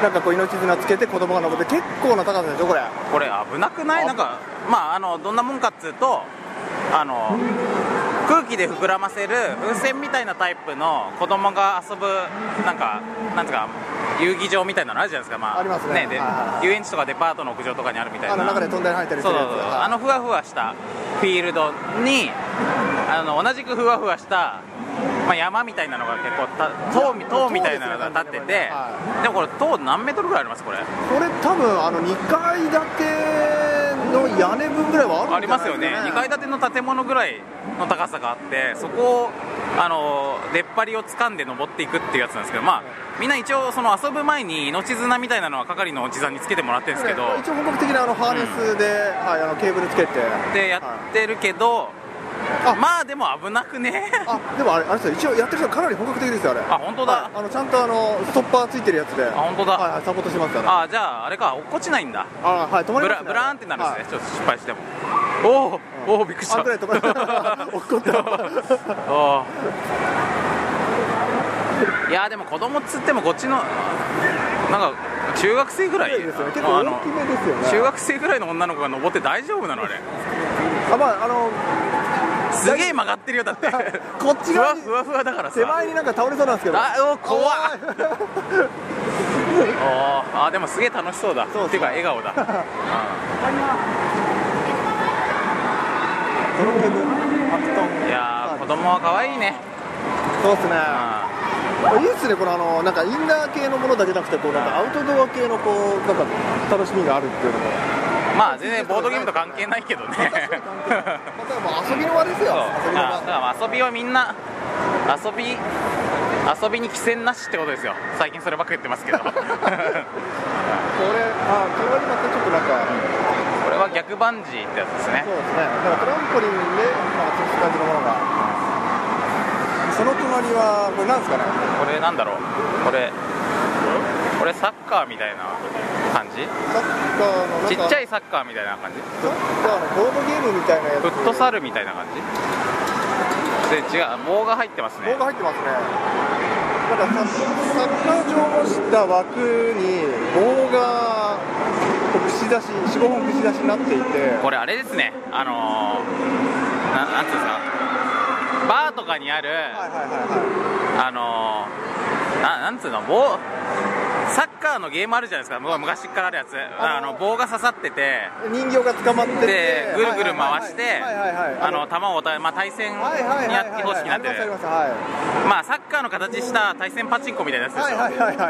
C: なんかこう命綱つけて子供が登って結構な高さでしょこれ
B: これ危なくないなんかまああのどんなもんかっつうとあの空気で膨らませる風船みたいなタイプの子供が遊ぶなんかなんつうか遊技場みたいなのあるじゃないですか、まあ、
C: ありますね
B: で
C: はいはいはい
B: 遊園地とかデパートの屋上とかにあるみたいな
C: あの中で飛んだり入ったりす
B: そう
C: る
B: そ
C: や
B: う
C: つ
B: そう
C: はい
B: あのふわふわしたフィールドにあの同じくふわふわした、まあ、山みたいなのが結構た塔み塔みたいなのが立っててで,、
C: は
B: もこれ塔何メートルぐらいありますこれ
C: これ多分あの2階建ての屋根分ぐらいは
B: あ
C: あ
B: り
C: るんじ
B: ま
C: ゃな
B: す
C: いですか
B: よね2階
C: 建て
B: 建ての建物ぐらいの高さがあってそこをあの出っ張りを掴んで登っていくっていうやつなんですけどまあみんな一応その遊ぶ前に命綱みたいなのは係のおじさんにつけてもらってるんですけど
C: 一応本格的なあのハーネスで、はい、あのケーブルつけて
B: でやってるけど
C: あ
B: まあでも危なくね
C: あでもあれあれですよ一応やってる人かなり本格的ですよあれ
B: あ本当だ
C: はいあのちゃんとあのストッパーついてるやつであ
B: 本当だ
C: はいはい、サポートしてますからあ
B: ああじゃああれか落っこちないんだ
C: あはい止ま
B: ブ
C: ります
B: ラ
C: ね
B: ブラーンってなるんですね、
C: はい
B: ちょっと失敗してもおお、おおびっくりした
C: あんぐらい止
B: [LAUGHS]
C: まります落っこった
B: おーいやでも子供っつってもこっちのなんか中学生ぐらい
C: ですよね結構
B: あの
C: 大きめですよね
B: 中学生ぐらいの女の子が登って大丈夫なのあれ
C: あまああの
B: すげえ曲がってるよだって
C: こっ
B: ふ
C: ち側
B: わ
C: に
B: ふわふわだからさ
C: 手前になんか倒れそうなんですけど
B: あお怖っ
C: い
B: おーあーでもすげえ楽しそうだ
C: そうそう
B: っていうか笑顔だ
C: ドロッケンアクトン
B: いやー子供は可愛いね
C: そうっすね
B: うん
C: いいっすねこのあのなんかインナー系のものだけじゃなくてこうなんかアウトドア系のこうなんか楽しみがあるっていうのも
B: まあ全然ボードゲームと関係ないけどね
C: またもう遊びの場ですよ
B: そう
C: 遊びの
B: あだ
C: 場
B: から遊びはみんな遊び遊びに規制なしってことですよ最近そればっか言ってますけどこ
C: これあこれはまたちょっとなんか
B: れは逆バンジーってやつですね
C: そうですねだからトランポリンでまあそういう感じのものがその隣はこれなんですかね
B: これなんだろうこれこれサッカーみたいな感じ
C: サッカーのなん
B: ちっ
C: か
B: ちゃい
C: サ
B: サッ
C: ッ
B: カーみたいな感じ
C: カーのボードゲームみたいなやつ
B: フットサルみたいな感じで違う棒が入ってます
C: 棒
B: ね
C: が入ってますねなんかササッカー場のした枠に棒がこう串出し45本串出しになっていて
B: これあれですねあのー、ななんていうんですかバーとかにある、
C: はいはいはいはい
B: あのー、ななんつうの棒サッカーのゲームあるじゃないですかもう昔っからあるやつあ
C: あの
B: の棒が刺さってて
C: 人形が捕まってて
B: でぐるぐる回して
C: はいはいはいは
B: あ
C: い
B: の球をた、まあ、対戦に
C: はいはいはいはい
B: や方式になって
C: あり
B: る
C: ますあり
B: ま
C: ますはい
B: あサッカーの形した対戦パチンコみたいなやつですよ
C: はいはいはいは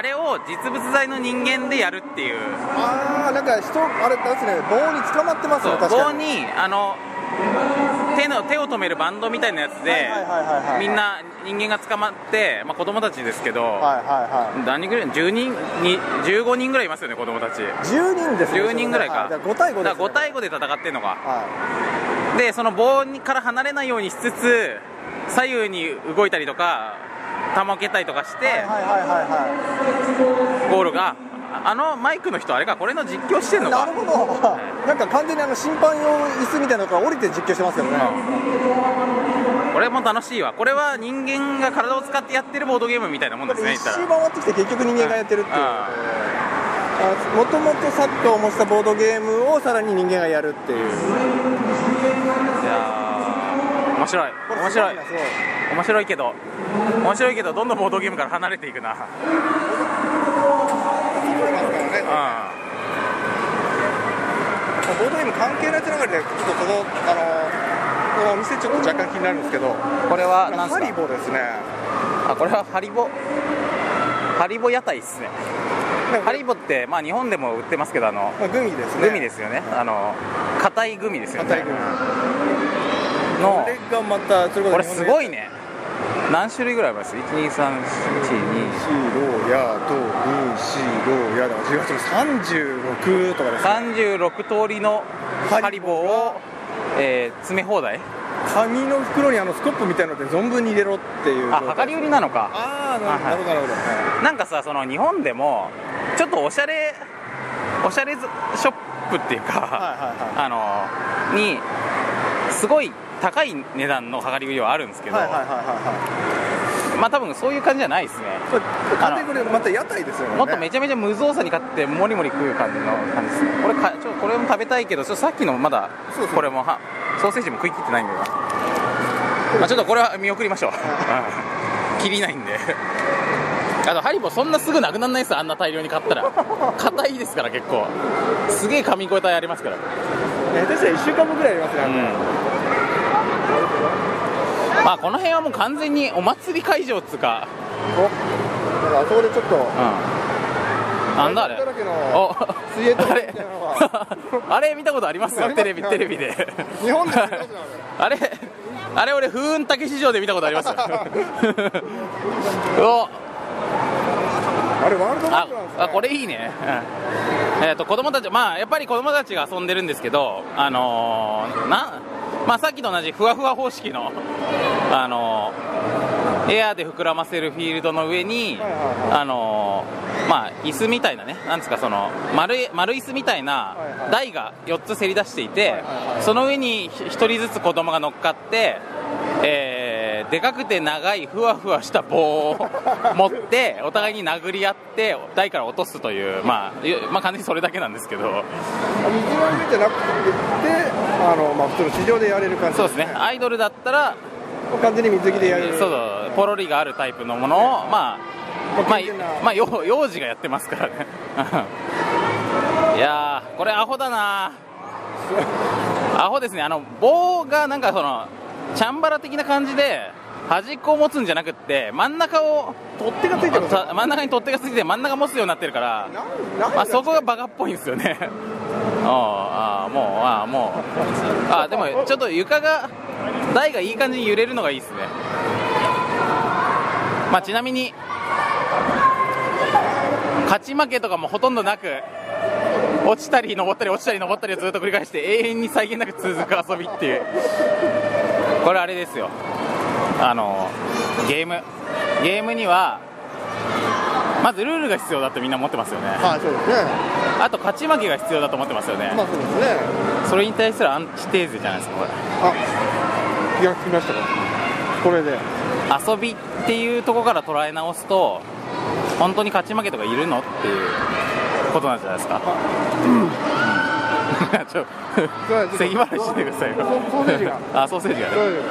B: であ
C: いはいはい
B: れを実物在の人間でやるっていう
C: ああなんか人あれですね棒に捕まってます
B: そ
C: ね
B: う
C: 確
B: 棒
C: かに
B: にあの手の手を止めるバンドみたいなやつ
C: はい
B: で
C: はいはいはいはい
B: みんな人間が捕まって、まあ、子供たちですけど、
C: はいはいはい
B: 何人ぐらい10人に15人ぐらいいますよね子供たち
C: 10人ですね
B: 10人ぐらいか
C: はだ5対5です、ね、
B: だから5対5で戦ってんのか
C: は
B: でその棒にから離れないようにしつつ左右に動いたりとか球を蹴ったりとかして、
C: いはいはいはい
B: ゴールがああのマイクの人あれかこれの実況してん
C: は
B: の
C: い
B: か
C: なるほどなんか完全にあの審判用椅子みたいなのから降りて実況してますけどね、
B: これも楽しいわこれは人間が体を使ってやってるボードゲームみたいなもんですね言っ
C: 一
B: たら
C: 周回ってきて結局人間がやってるっていう
B: あ
C: もともとサッカーを模したボードゲームをさらに人間がやるってい
B: い
C: う
B: やー面白い面白い
C: これすごなす
B: 面白いけど面白いけどどんどんボードゲームから離れていくな
C: ご
B: う
C: い
B: ん
C: ボードゲーム関係ないつながりでちょっとこのあのこのお店ちょっと若干気になるんですけど
B: これは何す
C: ハリ
B: か
C: ボですね
B: あこれはハリボハリボ屋台っすねハリボってまあ日本でも売ってますけどあの
C: まあグミですね
B: グミですよねあの硬いグミですよ
C: 硬い
B: ね
C: グミこ
B: の
C: れがまたそれこそ
B: これすごい
C: ね
B: ね何種類ぐらいあります1234236
C: シーローヤーとミーシーローヤーだから1836とかですね
B: 通りのハリボーを、えー詰め放題
C: 紙の袋にあのスコップみたいので存分に入れろっていう
B: あ量り売りなのか
C: あ
B: あ
C: あなるほどなるほど
B: なんかさその日本でもちょっとおしゃれおしゃれずショップっていうか、
C: はいはい
B: あのにすごい高い値段の量り売りはあるんですけど、
C: はいはいはいはいはい
B: まあ多分そういう感じじゃないですね
C: これカテゴリーまた屋台ですよね
B: もっとめちゃめちゃ無造作に買ってもりもり食う感じの感じですねこれかちょこれも食べたいけどちょっとさっきのまだ
C: そうそう
B: これもはソーセージも食い切ってないんだよな、まあ、ちょっとこれは見送りましょう切りないんであとハリボーそんなすぐなくならないですよあんな大量に買ったら硬いですから結構すげえ噛み応えありますから
C: 下手したら1週間分ぐらいありますね
B: まあこの辺はもう完全にお祭り会場っつうか、
C: だからあそこでちょっと
B: なんだあれ
C: だらけの
B: お
C: 水泳とか
B: あ
C: みた
B: れ
C: いなのは
B: あれ [LAUGHS] 見たことあります
C: あ
B: よ
C: ります
B: テレビテレビで
C: 日本でも見たことある
B: あれあれ俺風雲竹市場で見たことあり
C: [LAUGHS]
B: ますよお
C: あれワールドカッ
B: あ
C: プなんです
B: あ
C: か
B: これいいね、うんえっと子供たちまあやっぱり子供たちが遊んでるんですけどあのーなまあさっきと同じふわふわ方式のあのーエアーで膨らませるフィールドの上に、
C: はいはい
B: あのーまあ椅子みたいなねなんですかその丸い丸椅子みたいない
C: はい
B: 台が4つせり出していて、
C: はいはい
B: その上に1人ずつ子供が乗っかって、えーでかくて長いふわふわした棒を [LAUGHS] 持ってお互いに殴り合って台から落とすという、まあ、ゆまあ完全にそれだけなんですけど
C: 水の上じゃなくてあの、まあ、普通の地上でやれる感じ
B: そうですねアイドルだったら
C: 完全に水着でやれ
B: そう
C: る
B: そうポロリがあるタイプのものをまあまあ
C: 健全な、
B: まあ、よう幼児がやってますからね [LAUGHS] いやーこれアホだなアホですねあの棒がなんかそのチャンバラ的な感じで端っこを持つんじゃなくって真ん中を
C: 取っ手がついてる
B: た真ん中に取っ手がついて真ん中持つようになってるから
C: なんなん
B: あそこがバカっぽいんですよね [LAUGHS] ああもうああもうあでもちょっと床が台がいい感じに揺れるのがいいですねまあちなみに勝ち負けとかもほとんどなく落ちたり登ったり落ちたり登ったりをずっと繰り返して永遠に際限なく続く遊びっていうこれあれですよあのゲームゲームにはまずルールが必要だってみんな思ってますよね
C: はいそうですね
B: あと勝ち負けが必要だと思ってますよね
C: まあそうですね
B: それに対するアンチテーゼじゃないですかこれ
C: あ気がつきましたかこれで
B: 遊びっていうところから捉え直すと本当に勝ち負けとかいるのっていうことなんじゃないですかうん [LAUGHS] ちょ
C: そうです
B: 咳払いしてくださいよ
C: ソソーセージが
B: あソーセージがね
C: そうです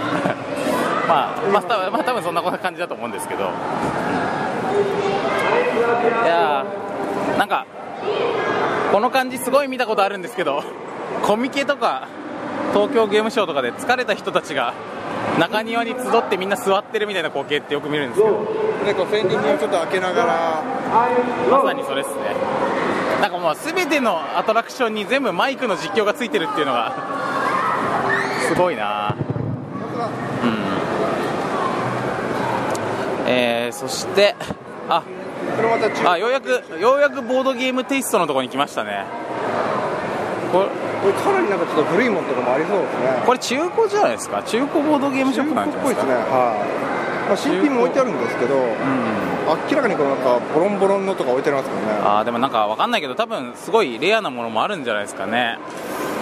B: まあ、まあ、多分まあ多分そんな感じだと思うんですけど、いやー、なんか、この感じ、すごい見たことあるんですけど、コミケとか、東京ゲームショウとかで疲れた人たちが中庭に集ってみんな座ってるみたいな光景ってよく見るんですけど
C: なんかフェンディングをちょっと開けながら
B: まさにそれっすねなんかもう全てのアトラクションに全部マイクの実況がついてるっていうのが [LAUGHS] すごいなうんえー、そしてあ
C: それまた中
B: あようやくようやくボードゲームテイストのところに来ましたねこれ
C: これかなりなんかちょっと古いもんとかもありそうですね
B: これ中古じゃないですか中古ボードゲームショップなんじゃない
C: 中古
B: で
C: っぽい
B: す
C: です
B: か
C: ねはい、まあ、新品も置いてあるんですけど
B: うん
C: 明らかにこのなんかボロンボロンのとか置いてありますけどね
B: あーでもなんかわかんないけど多分すごいレアなものもあるんじゃないですかね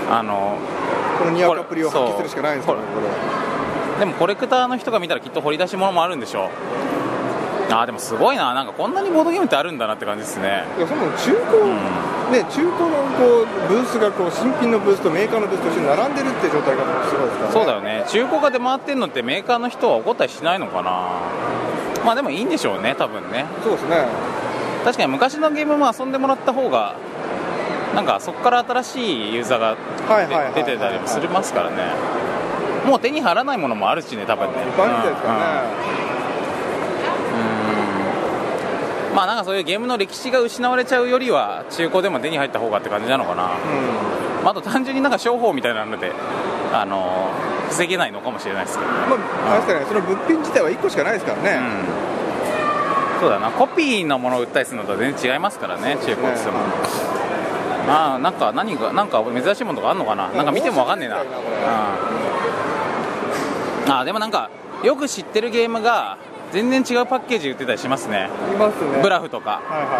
B: あの
C: このニアカプリを発揮するしかないんですけどね
B: そ
C: これ
B: でもコレクターの人が見たらきっと掘り出し物もあるんでしょうあーでもすごいななんかこんなにボードゲームってあるんだなって感じですね
C: いやそもそも中古、ね中古のこうブースがこう新品のブースとメーカーのブースと一緒に並んでるって状態がもうすごいですから、ね、
B: そうだよね中古が出回ってんのってメーカーの人は怒ったりしないのかなまあでもいいんでしょうね多分ね
C: そうですね
B: 確かに昔のゲームも遊んでもらった方がなんかそこから新しいユーザーが
C: はいはいはいはい
B: で出てたりもするますからねもう手に入らないものもあるしね多分ね
C: いっぱいあるんですからね、
B: うんまあなんかそういうゲームの歴史が失われちゃうよりは中古でも手に入った方がって感じなのかな、まあ、あと単純になんか商法みたいなのであのー防げないのかもしれないですけどね、
C: まあ、確かにその物品自体は1個しかないですから
B: う
C: ね、
B: んそうだなコピーのものを売ったりするのとは全然違いますからね中古って言ってもまあなんか何がなんか珍しいものとかあるのかななんか見てもわかんねえな、
C: 面白いみたい
B: うんあでもなんかよく知ってるゲームが全然違うパッケージ売ってたりしますね
C: いますね
B: ブラフとか
C: はいはいはい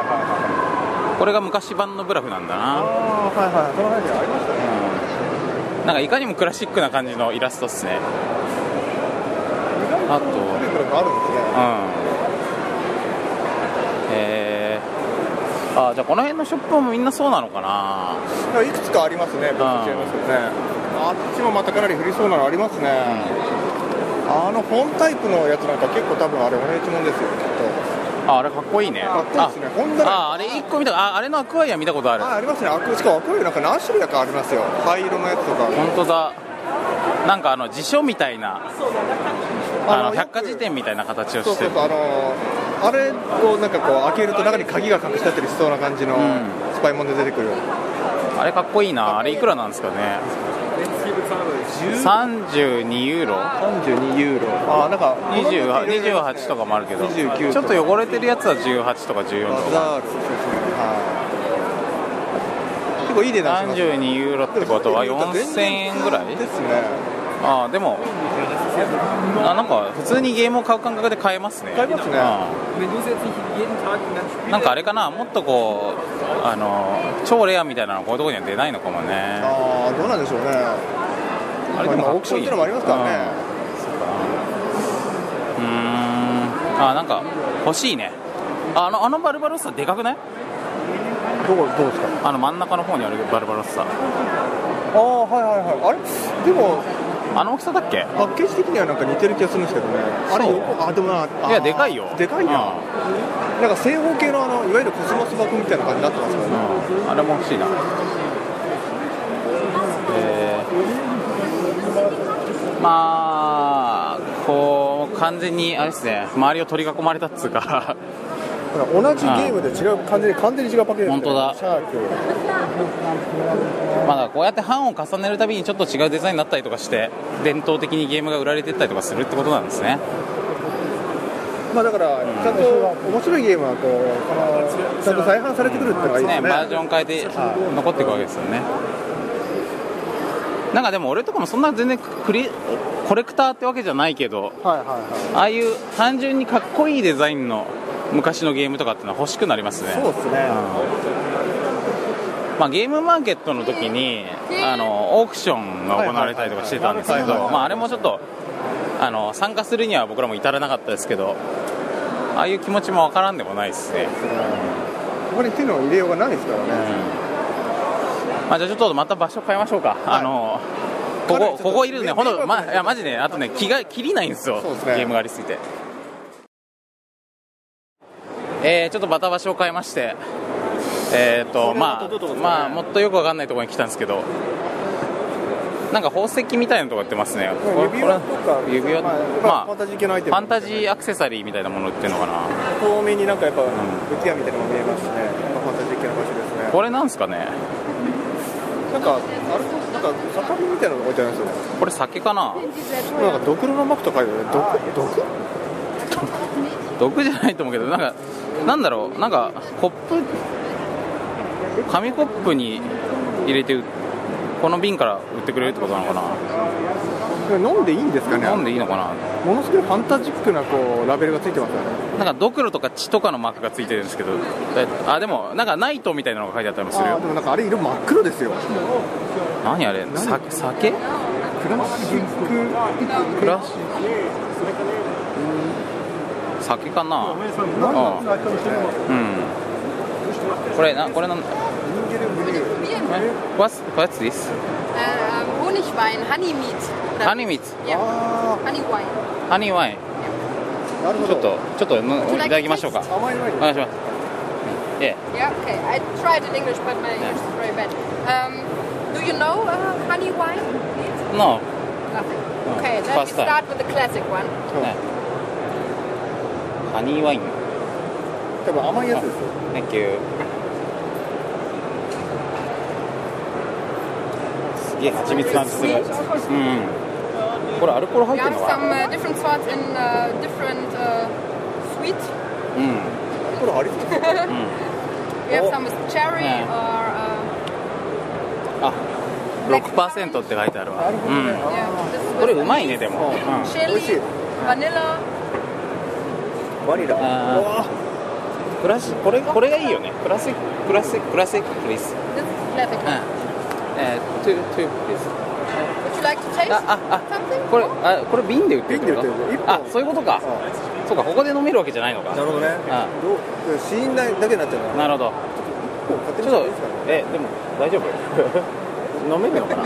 C: はい
B: これが昔版のブラフなんだ
C: あ
B: な
C: あはいはいその辺りありましたね
B: なんかいかにもクラシックな感じのイラストっすねあと
C: 古いブラがあるんですね
B: うんえー、あじゃあこの辺のショップもみんなそうなのかない
C: やいくつかありますね、別に違いますよね。あっちもまたかなり降りそうなのありますね。あの本タイプのやつなんか結構多分あれ同じもんですよ、きっと。
B: ああれかっこいいね
C: かっこいいですね。ホンダの
B: あああれ1個見たああれのアクアイアン見たことある
C: あありますね。あこしかもこういうなんか何種類かありますよ。灰色のやつとか。
B: 本当だなんかあの辞書みたいなあの百科事典みたいな形を
C: そう
B: して
C: そう
B: る
C: そうあのーあれをなんかこう開けると中に鍵が隠し立ってるしそうな感じの
B: ん
C: スパイモンで出てくる。
B: あれかっこいいなあれいくらなんですかね32ユーロ
C: 三十二ユーロ。ああなんか
B: 28 28とかもあるけどち
C: 29
B: ょっと汚れてるやつは18とか14
C: バ
B: とか
C: ザール。はい結構いい値段しますね。
B: 32ユーロってことは4000円ぐらい
C: ですね
B: ああでもあなんか普通にゲームを買う感覚で買えますね
C: 買えますね
B: うんなんかあれかなもっとこうあの超レアみたいなのこういうとこには出ないのかもね
C: ああどうなんでしょうね
B: あれでも
C: ま
B: か
C: あ
B: っこいい
C: オークションっていうのもありますからね
B: うーんあなんか欲しいねあのあのバルバロッサでかくない
C: どこどうですか
B: あの真ん中の方にあるバルバロッサ
C: ああはいはいはいあれでも
B: あの大きさだっけ
C: パッケージ的にはなんか似てる気がするんですけどねあれ
B: そう
C: 横あでもなあー
B: いやでかいよ
C: でかいな、なんか正方形のあのいわゆるコスモス箱みたいな感じになってますか
B: うんあれ
C: らね
B: も欲しいなえーまあこう完全にあれですね周りを取り囲まれたっつうか [LAUGHS]
C: ほら同じゲームで違う完全に完全に違うパッケージですね
B: 本当だ
C: シャーク
B: まだこうやって版を重ねるたびにちょっと違うデザインになったりとかして伝統的にゲームが売られてったりとかするってことなんですね
C: まあだからちゃんと面白いゲームはこうあのちゃんと再販されてくるっていうのがいいです
B: ね
C: ね
B: バージョン変えて
C: は
B: 残っていくわけですよねなんかでも俺とかもそんな全然クリコレクターってわけじゃないけど
C: はいはいはい
B: ああいう単純にかっこいいデザインの昔のゲームとかってのは欲しくなりますね
C: そうですね、
B: まあ、ゲームマーケットの時にあのオークションが行われたりとかしてたんですけど、
C: はいはいはいはい
B: まあ、あれもちょっとあの参加するには僕らも至らなかったですけどああいう気持ちもわからんでもないですね、
C: ここに手の入れようがないですからね、
B: まあ、じゃあちょっとまた場所変えましょうか、あのこ
C: かなりち
B: こ
C: ょっと
B: ここいるね、ほん
C: 迷惑
B: と、
C: になっ
B: ま、いやマジね、あとね、気が切りないんですよ
C: そうですね
B: ゲームがありすぎて。えー、ちょっとまた場所を変えまして、えーとまあまあ、もっとよくわかんないところに来たんですけど、なんか宝石みたいなのとか売ってますね、
C: うん指輪とか
B: これ指輪
C: まあ
B: まあ
C: ファンタジー系のアイテ
B: フ
C: ム
B: ァンタジーアクセサリーみたいなもの売ってるのかな
C: 遠目になんかやっぱ浮き輪みたいなのも見えますしね、まあ、ファンタジー系の場所ですね
B: これなんすかね
C: なんかあれなんか酒瓶みたいなのが置いてありますよね
B: これ酒かな
F: sind die sehr
C: なん
F: teuer.
C: かドクロの膜とか書いてあるねドクドク
B: 毒じゃないと思うけどなんかなんだろうなんかコップ紙コップに入れて売っこの瓶から売ってくれるってことなのか
C: 飲んでいいんですかね
B: な飲んでいいのかな
C: ものすごいファンタジックなこうラベルがついてますよね
B: なんかドクロとか血とかのマークがついてるんですけどだあでもなんかナイトみたいなのが書いてあったりもする
C: あー
B: よ
C: でもなんかあれ色真っ黒ですよ
B: 何あれさ酒
C: クラシッ
B: クラシ酒かな
C: クなんだ
B: うんこれなこれなんだえ What's, what's this?
F: Ähm, Honigwein, Honeymeat. oder-
B: ハニミツ
F: Ja,
C: あ
F: Honeywine.
B: ハニーワイン
C: ーなるほ
B: ち
C: ど
B: ょっとちょっと飲んいただきましょうか
C: 甘いワイン
B: お願いしますええ
F: Yeah, okay. I tried in English, but my English is very bad. Um, do you know uh, Honeywine?
B: の、
F: Nothing. Okay, then
B: First
F: we
B: time.
F: start with the classic one.
B: ねハニーワイン
C: 多分甘いやつですよ
B: Thank you すげえ蜂蜜の味するうんこれアルコール入
F: We
B: って
F: have
B: るのか
F: some
B: な
F: uh, different sorts in uh, different uh, sweet.
B: うん
F: We have
B: Oh.
F: some with cherry
B: Yeah.
F: or uh,
B: あ6%って書いてあるわ、うん、
F: yeah, this
B: これ
F: with
B: うまいねでも、うん、
F: chili, vanilla.
C: バニラ
B: あー
C: わあ
B: クラシこれこれがいいよねクラシッククラシッククラシックプリーズ
F: This is
B: う
F: classic.
B: んえー、トゥトゥプリーズ
F: Would you like to taste
B: あああ
F: something?
B: これあこれ瓶で売ってるってこと
C: 瓶で売ってる一本
B: あそういうことかそうかここで飲めるわけじゃないのか
C: なるほどね
B: あ
C: どう死因だけになっちゃう
B: なるほど
C: な
B: ちょっとえでも大丈夫 [LAUGHS] 飲めるのかな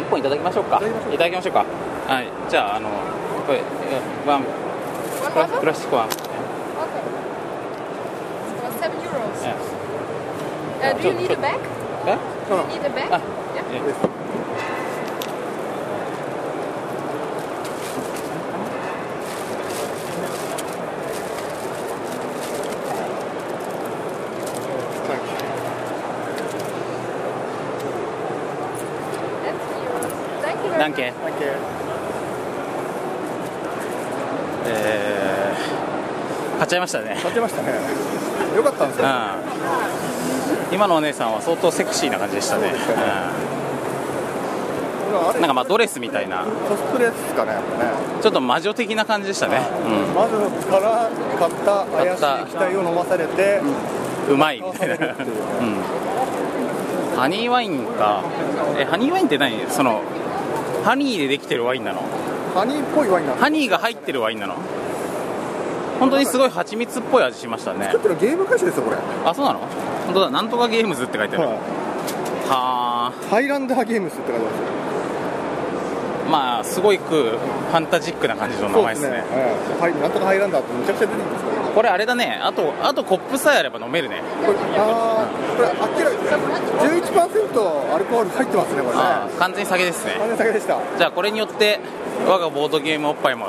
B: 一本いただきましょうかいただきましょうかはいじゃああのこれえワン
F: One
B: クラ
F: more?
B: クラシックワン
F: Okay. It was seven euros.
B: え
F: Uh, do you need a bag?
B: え
F: Do you need a bag?
B: Ah.
F: Yeah. That's euros.
B: 何
F: Thank you very much.
B: 件えー、買っちゃいましたね
C: 買っちゃいましたねよかったんですよ
B: うん今のお姉さんは相当セクシーな感じでしたね、
C: あ
B: う
C: れ
B: んなんかまあドレスみたいな
C: コスプレですかねやっぱね
B: ちょっと魔女的な感じでしたね、
C: まずから買った怪しい機体を飲まされて、
B: うん、うまいみたいな、うん、ハニーワインかえハニーワインって何そのハニーでできてるワインなの
C: ハニーっぽいワインなんです
B: ハニーが入ってるワインなの本当にすごい蜂蜜っぽい味しましたね [LAUGHS]
C: 作ってるゲーム会社ですよこれ、
B: あそうなの本当だなんとかゲームズって書いてあるはあ
C: ハイランダーゲームスって書いてますよ
B: まあすごくファンタジックな感じの名前ですね
C: ええはいなんとかハイランダーってめちゃくちゃ出てきますから
B: これあれだねあとあとコップさえあれば飲めるね
C: これあーこれ明らかに11%アルコール入ってますねこれね
B: あー完全に酒ですね
C: あれ酒でした
B: じゃあこれによって我がボードゲームおっぱいも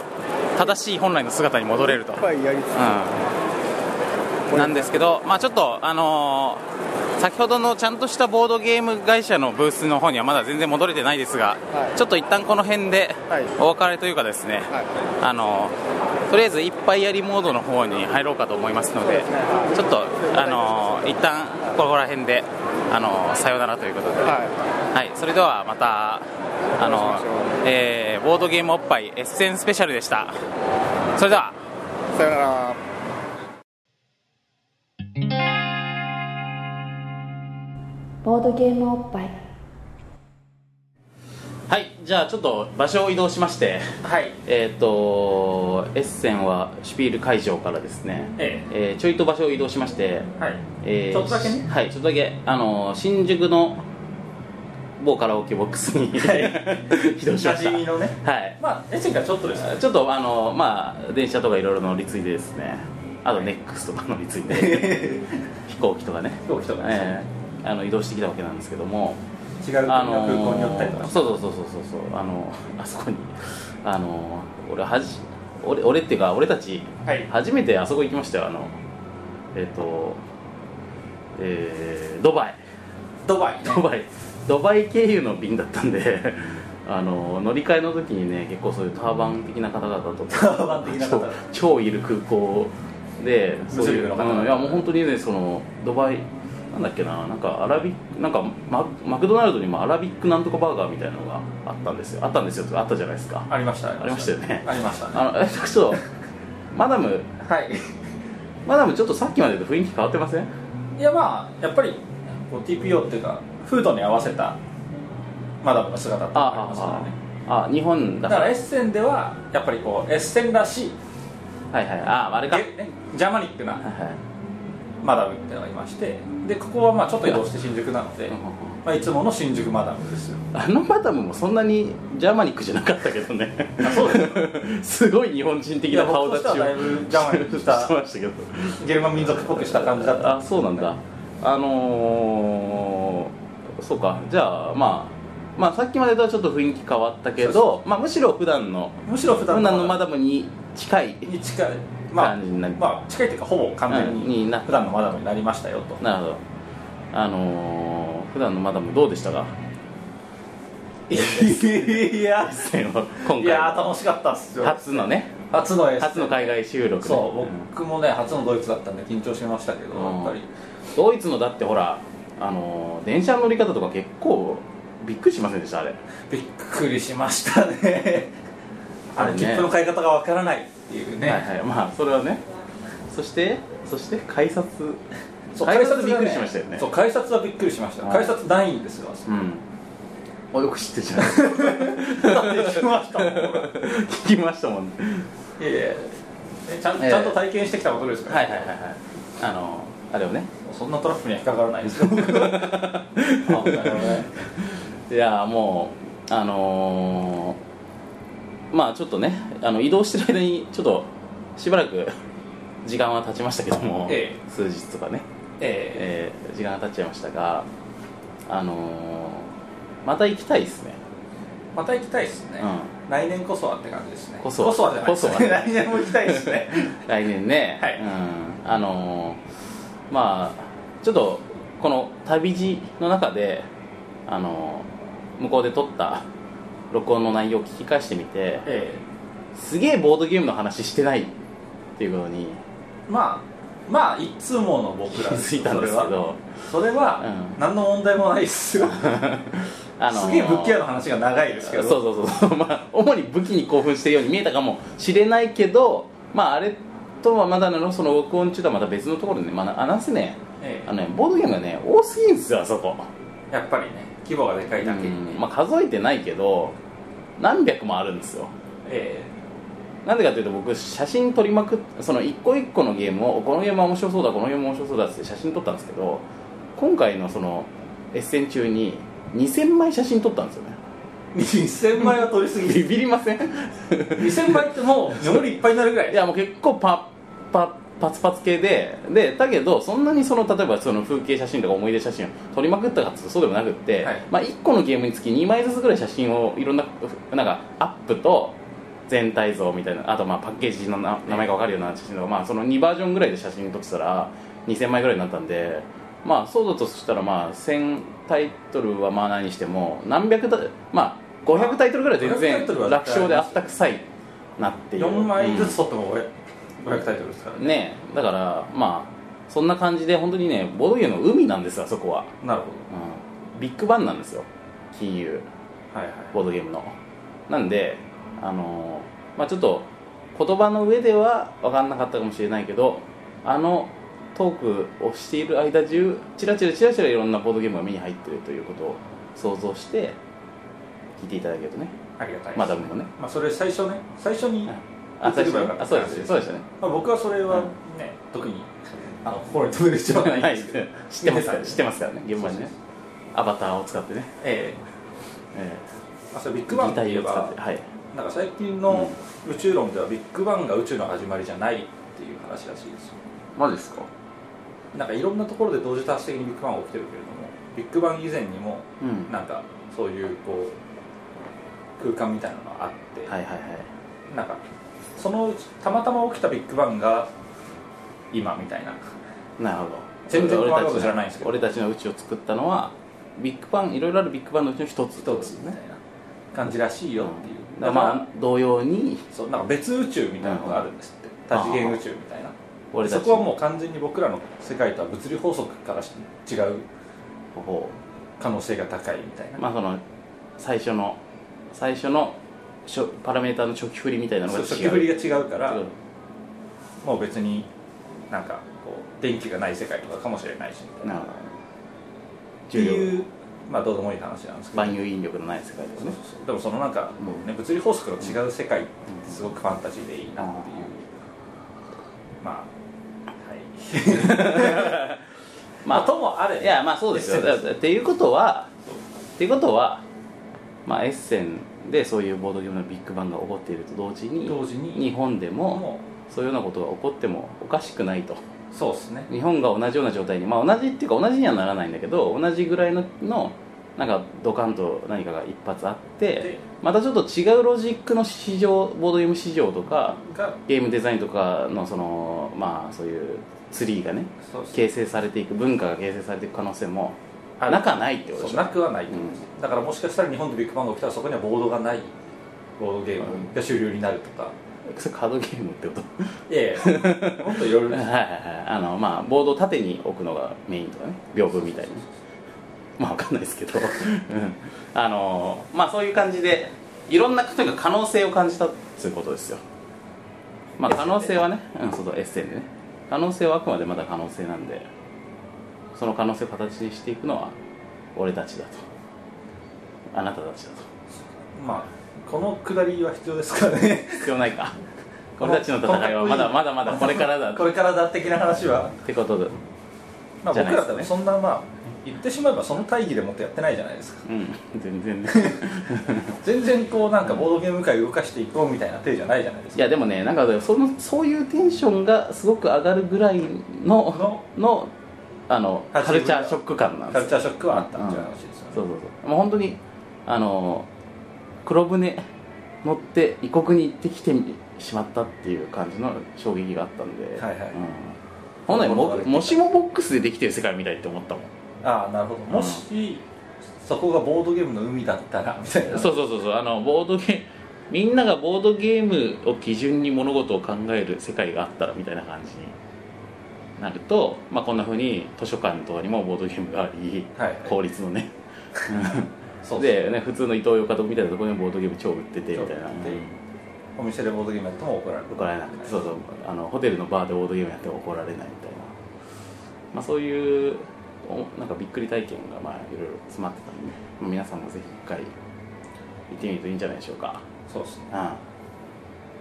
B: 正しい本来の姿に戻れると、
C: いっぱいやりつ
B: うん、なんですけど、まあ、ちょっと、あのー先ほどのちゃんとしたボードゲーム会社のブースの方にはまだ全然戻れてないですが、
C: はい
B: ちょっと一旦この辺で
C: はい
B: お別れというかですね、
C: はい
B: あのーとりあえずいっぱいやりモードの方に入ろうかと思いますので、ちょっと、あのー一旦ここら辺で、あのーさようならということで。
C: つは
B: はい、それではまた、あの、えーボードゲームおっぱいエッセンスペシャルでした。それでは。
C: いさよなら
A: ボードゲームおっぱい
B: はい、じゃあちょっと場所を移動しまして、
H: はい、
B: えっ、と、エッセンはシュピール会場からですね、
H: え
B: えーちょいと場所を移動しまして、
H: はい、
B: えー
H: ちょっとだけね
B: はい、ちょっとだけ、あの、新宿の某カラオケボックスに、 [LAUGHS] 移動しました。
H: 馴染みのね
B: はい。
H: まあ、エッセンからちょっとですね、
B: ちょっとあのまあ電車とかいろいろ乗り継いでですねあとネックスとか乗り
H: [LAUGHS]
B: 継いで飛行機とかね
H: 飛行機とかね
B: ええあの移動してきたわけなんですけども
H: 違う国
B: あ
H: の空港に寄ったりとか
B: のそうそうそうそうそうそうあのあそこにあの俺はじ俺俺っていうか俺たち、
H: はい
B: 初めてあそこ行きましたよあのえっ、とえードバイ
H: ドバイ
B: ドバイドバイ経由の便だったんで [LAUGHS] あの乗り換えの時にね結構そういうターバン的な方々とタ
H: ーバン的な方々
B: 超超いる空港でそういう
H: 無重力の方々
B: うんいやもう本当にねそのドバイなんだっけななんかアラビックなんかママクドナルドにもアラビックなんとかバーガーみたいなのがあったんですよあったんですよあったじゃないですか
H: ありました
B: ありましたよね
H: ありましたね
B: あのえちょっとマダム
H: はい
B: マダムちょっとさっきまでと雰囲気変わってません
H: いやまあやっぱりこう TPO っていうかフードに合わせたマダムの姿って
B: あ
H: のがありますからね
B: あああ日本だか
H: だかららエッセンではやっぱりこうエッセンらしい
B: はいはいあああれかはい
H: えねジャマニックな
B: はい
H: マダムっていうのがいましてでここはまあちょっと移動して新宿なので、
B: うん
H: まあ、いつもの新宿マダムですよ
B: あのマダムもそんなにジャーマニックじゃなかったけどね
H: あそう
B: [LAUGHS]
H: です
B: ごい日本人的な顔立ちを
H: いや僕としてはだいぶジャーマニックした
B: してましたけど
H: ゲルマン民族っぽくした感じだっ
B: [LAUGHS]
H: た
B: あそうなんだあのー、そうかじゃあまあまあさっきまでとはちょっと雰囲気変わったけ
H: そう
B: ど、まあ、むしろ普段の
H: むしろ普
B: 普
H: 段
B: 段のマダムに近い
H: に近い、まあ
B: 感じになり
H: まあ、近いというかほぼ完全
B: うんに
H: に
B: な
H: 普段のマダムになりましたよと
B: なるほどあのー、普段のマダムどうでしたか
H: いや
B: [LAUGHS] 今
H: いや
B: 回
H: ー楽しかったっすよ
B: 初のね
H: 初のエッセン
B: 初の海外収録、ね、
H: そう
B: うん
H: 僕もね初のドイツだったんで緊張しましたけど
B: うん
H: やっぱり
B: ドイツのだってほらあのー電車の乗り方とか結構びっくりしませんでしたあれ
H: びっくりしましたねあ
B: そ
H: れ
B: うね
H: 切符の買い方がわからないっていうね、
B: はいはいまあそれはねそしてそして改札
H: そう
B: 改札
H: がね
B: びっくりしましたよね
H: そう改札はびっくりしましたよ
B: はい
H: 改札 [LAUGHS] ないんですよあそこ
B: うんあよく知ってるじゃん
H: だって来ましたもんほら
B: 聞きましたもんね
H: いやいやえちゃん
B: ええ
H: ちゃんと体験してきたことですから、
B: はいはいはいはいあのーあれをね
H: そんなトラップには引っかからない
B: [LAUGHS]
H: ですよあなるほどね
B: いやーもうあのーまあちょっとねあの移動してる間にちょっとしばらく時間は経ちましたけども、
H: え
B: 数日とかね
H: え
B: えー時間が経っちゃいましたが、あのーまた行きたいですね、
H: えまた行きたいですね、
B: う
H: 来年こそはって感じですね
B: こそは
H: こそはじゃないです
B: こそ
H: ね
B: は
H: [LAUGHS] 来年も行きたいですね
B: [LAUGHS] 来年ね、
H: はい
B: うん、あのーまあ、ちょっとこの旅路の中で、あのー向こうで撮った録音の内容を聞き返してみて、
H: ええ
B: すげえボードゲームの話してないっていうことに
H: まあまあいつもの僕
B: 気
H: ら
B: づいたんですけど、
H: それはそれは
B: うん
H: 何の問題もないですよ、
B: [LAUGHS] あのー
H: すげえ武器屋の話が長いですけど
B: そうそうそうそう、まあ、主に武器に興奮しているように見えたかもしれないけど、まあ、あれとはまだのその録音中とはまた別のところでね、まあ、話すね
H: え
B: あのねボードゲームがね多すぎんですよあそこ、
H: えやっぱりね規模がでかいだけにね、
B: まあ、数えてないけど何百もあるんですよ
H: え
B: なんでかというと僕写真撮りまくっその一個一個のゲームをこのゲームは面白そうだこのゲームは面白そうだっつって写真撮ったんですけど今回のそのエッセン中に2000枚写真撮ったんですよね
H: え2000枚は取りすぎ
B: [LAUGHS] ビビりません
H: 2000枚ってもうメモリいっぱいになるぐらい
B: いやもう結構パッパッパツパツ系ででだけどそんなにその例えばその風景写真とか思い出写真を撮りまくったかっていうとそうでもなくって、
H: はい
B: まあ、1個のゲームにつき2枚ずつぐらい写真をいろんななんかアップと全体像みたいなあとまあパッケージのな名前が分かるような写真とか、まあ、その2バージョンぐらいで写真撮ってたら2000枚ぐらいになったんで。まあそうだとしたらまあ1000タイトルはまあ何にしても何百だまあ500タイトルぐらい全
H: 500タ
B: 然
H: イトルは
B: 楽
H: 絶対
B: 勝であったくさいなっていう
H: 4枚ず
B: うん
H: つ取っても500 500タイトルですからね
B: ねだからまあそんな感じで本当にねボードゲームの海なんですよあそこは、
H: なるほ
B: うん、ビッグバンなんですよ金融
H: どはいはい
B: ボードゲームのなんであのーまあちょっと言葉の上では分かんなかったかもしれないけどあのトークをしている間中チラチラチラチラいろんなボードゲームが目に入ってるということを想像して聞いていただけるとね
H: ありがたいです
B: マダムもね
H: まあそれ最初ね最初に
B: あ
H: 言
B: 最初
H: っとけばよかった
B: あそうですそうでしたね
H: まあ、僕はそれはね、特にあの心に留める必要はないんですけど、
B: 知ってますから知って
H: ま
B: ますからね現場にねアバターを使ってね、
H: え
B: え
H: えまあ、それビッ
B: ー、
H: グバン
B: 擬
H: って
B: 態
H: 言え
B: を使っ
H: ば
B: てはい
H: なんか最近の宇宙論ではビッグバンが宇宙の始まりじゃないっていう話らしいですよ
B: マジですか
H: なんかいろんなところで同時多発的にビッグバンが起きてるけれどもビッグバン以前にも、
B: うん
H: なんかそういうこう空間みたいなのがあって、
B: はいはいはい
H: なんかそのうちたまたま起きたビッグバンが今みたいな
B: なるほど
H: 全然
B: 俺たちの
H: 細かく知らないんですけど
B: 俺たちの宇宙を作ったのはビッグバンいろいろあるビッグバンのうちの一つ
H: 一つみたいな感じらしいよっていう、
B: だからまあ同様に
H: そうなんか別宇宙みたいなのがあるんですって、
B: うん
H: 多次元宇宙みたいな
B: 俺た
H: そ
B: ち
H: こはもう完全に僕らの世界とは物理法則からし違う
B: ほ
H: 可能性が高いみたいな、
B: うまあその最初の最初の初パラメーターの初期振りみたいなのが
H: そう
B: 違う
H: 初期振りが違うから、
B: うん
H: もう別になんかこう電気がない世界とかかもしれないしみたいな
B: なる
H: っ
B: ほど
H: て
B: 重
H: い
B: 量
H: うまあどうでもいい話なんですけど
B: 万有引力のない世界です
H: そうそ
B: ね
H: うそうでもそのなんか、
B: もう
H: ね、物理法則の違う世界ってすごくファンタジーでいいなっていう、まあはいまあともあれ
B: いやまあそうですよ
H: エッセン
B: だ
H: で
B: だっていうことはっていうことはまあエッセンでそういうボードゲームのビッグバンが起こっていると同時に
H: 同時に
B: 日本でも
H: も
B: そういうようなことが起こってもおかしくないと
H: うそうですね
B: 日本が同じような状態にまあ同じっていうか同じにはならないんだけど同じぐらいののなんかドカンと何かが一発あって
H: で
B: またちょっと違うロジックの市場ボードゲーム市場とか
H: が
B: ゲームデザインとかのそのまあそういうツリーがね
H: そうっすね
B: 形成されていく文化が形成されていく可能性も
H: ある
B: なくはないってことで
H: そう
B: しょ
H: なくはない、
B: うん
H: だからもしかしたら日本でビッグバンが起きたらそこにはボードがないボードゲームが主流になるとか、
B: それカードゲームってこと
H: いやいやもっといろいろ
B: はいはい [LAUGHS]
H: ね
B: はいあのまあボードを縦に置くのがメインとかね屏風みたいにまあわかんないですけど、うん、あのまあそういう感じでいろんなとにかく可能性を感じたっていうことですよまあ可能性はねうんそうそうエッセンでね可能性はあくまでまだ可能性なんでその可能性を形にしていくのは俺たちだとあなたたちだと
H: まあこのくだりは必要ですからね [LAUGHS]
B: 必要ないか俺たちの戦いはまだまだまだこれからだ
H: こ
B: っ
H: れからだ的な話は、
B: てことで
H: まあ、
B: じゃ
H: 僕
B: ないですね
H: らでもそんなまあ言ってしまえばその大義でもってやってないじゃないですか
B: うん全然ね
H: 全然こうなんかボードゲーム界を動かしていこうみたいな手じゃないじゃないです
B: い
H: か
B: やでもねなんかそのそういうテンションがすごく上がるぐらいの
H: の
B: のあのカルチャーショック感なんで
H: カ
B: す
H: ルチャーショックはあった
B: うん
H: っていう話ですよね、
B: そうそうそうもう本当にあの黒船乗って異国に行ってきてしまったっていう感じの衝撃があったんで、
H: はいはい
B: うん本来ももしもボックスでできてる世界みたいって思ったもん
H: ああなるほどもしそこがボードゲームの海だったらみたいな
B: そうそうそうそうあのボードゲームみんながボードゲームを基準に物事を考える世界があったらみたいな感じになると、まあ、こんなふうに図書館とかにもボードゲームがあり、
H: はいはい
B: 公立のね
H: そう
B: でね普通の伊東洋華堂みたいなところにもボードゲーム超売っててみ
H: そう
B: たいな
H: でお店でボードゲームやっても怒られる
B: 怒られなくてそうそうあのホテルのバーでボードゲームやっても怒られないみたいな、まあ、そういうおなんかびっくり体験がまあいろいろ詰まってたんで、まあ皆さんもぜひ一回行ってみるといいんじゃないでしょうか。
H: そうですね、
B: うんまあ、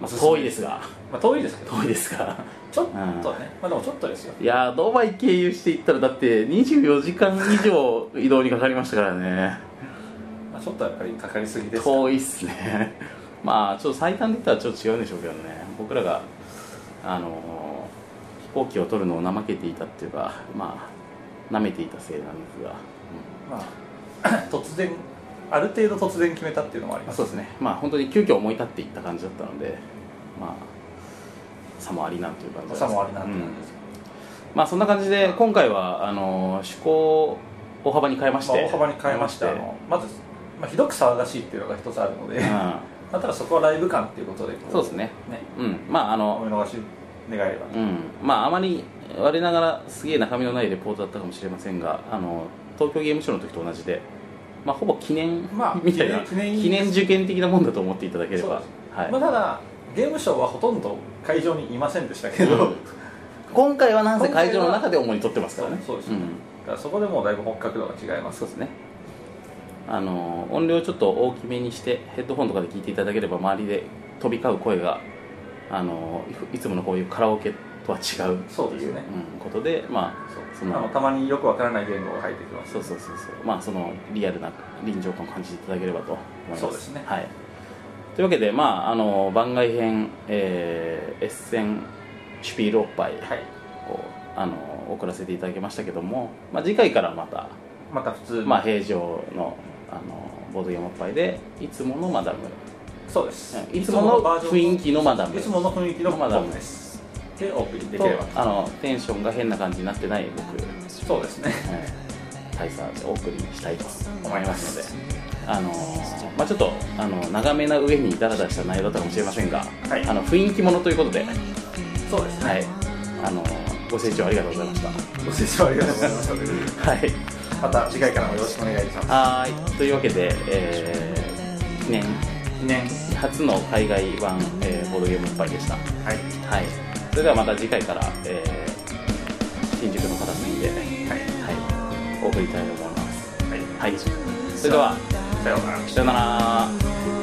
H: おすすめ
B: 遠いですが
H: まあ、遠いですけど
B: 遠いですが
H: ちょっとね、まあでもちょっとですよ
B: いやードバイ経由していったらだって24時間以上移動にかかりましたからね
H: まあ、ちょっとやっぱりかかりすぎですから
B: 遠いっすねまあちょっと最短で言ったらちょっと違うんでしょうけどね僕らがあのー飛行機を取るのを怠けていたっていうかまあ舐めていたせいなんですが、
H: まあ [COUGHS] 突然ある程度突然決めたっていうのもあり
B: ま
H: ま
B: あ
H: す
B: そうですねまあ本当に急遽思い立っていった感じだったのでまあさもありなんという感じです
H: さもありなんてなん
B: うん
H: ですけど、
B: まあそんな感じで今回はあの趣向を大幅に変えまして、
H: まあ、大幅に変えましたあ
B: 変え
H: のまず、まあ、ひどく騒がしいっていうのが一つあるので、ま
B: まして
H: あただそこはライブ感っていうことでこ
B: うん、そうですね
H: ね
B: うんまああ
H: お
B: の
H: 見逃し願えれば、
B: うんまああまり我ながらすげえ中身のないレポートだったかもしれませんがあの東京ゲームショウの時と同じでまあほぼ記念
H: まあ
B: みたいな、
H: 記念
B: 記念受験的なもんだと思っていただけれ
H: そう
B: ば
H: です
B: はい、
H: まあ、ただゲームショーはほとんど会場にいませんでしたけど、
B: うん今回はなんせ
H: 今回
B: 会
H: は
B: 場の中で主に撮ってますからね
H: そうそうですね
B: ん
H: だからそこでもうだいぶ本格度が違います
B: そうですねあの音量ちょっと大きめにしてヘッドホンとかで聞いていただければ周りで飛び交う声があのいつものこういうカラオケとは違うっていう
H: そうですね
B: うんことでま
H: そう
B: その
H: あのたまによくわからない言語が入ってきま
B: あ
H: す
B: そうそうそうそうまあそのリアルな臨場感を感じていただければと思います
H: そうですね
B: はいというわけでまああの番外編、えーエッセンシュピールオッパイ、
H: はい
B: をあの送らせていただきましたけども、まあ、次回からまた
H: また普通の
B: まあ、平常のあのボードゲームおっぱいでいつものマダム
H: そうです、
B: いつもの
H: バージョン
B: 雰囲気のマダム
H: いつもの雰囲気の
B: マ
H: マ
B: ダ
H: ダ
B: ム
H: ムですでオープンでき
B: と
H: れば
B: あのテンションが変な感じになってない僕、はい、
H: そうですね
B: 大差でお送りしたいと思いますのであのーまあ、ちょっとあの長めな上にダラダラした内容だったかもしれませんが、
H: はい
B: あの雰囲気ものということで、
H: そうですね
B: はいあのーご清聴ありがとうございました。
H: ご清聴ありがとうございました
B: はい
H: また次回からもよろしくお願いします
B: はーいというわけで、えー記念
H: 記念
B: 初の海外版、えーボードゲームいっぱいでした、
H: はい
B: はい、それではまた次回から、えー新宿の片隅で、
H: はい
B: はい、お送りしたいと思います、
H: はい
B: はい、それでは
H: さようなら
B: さようなら
H: 「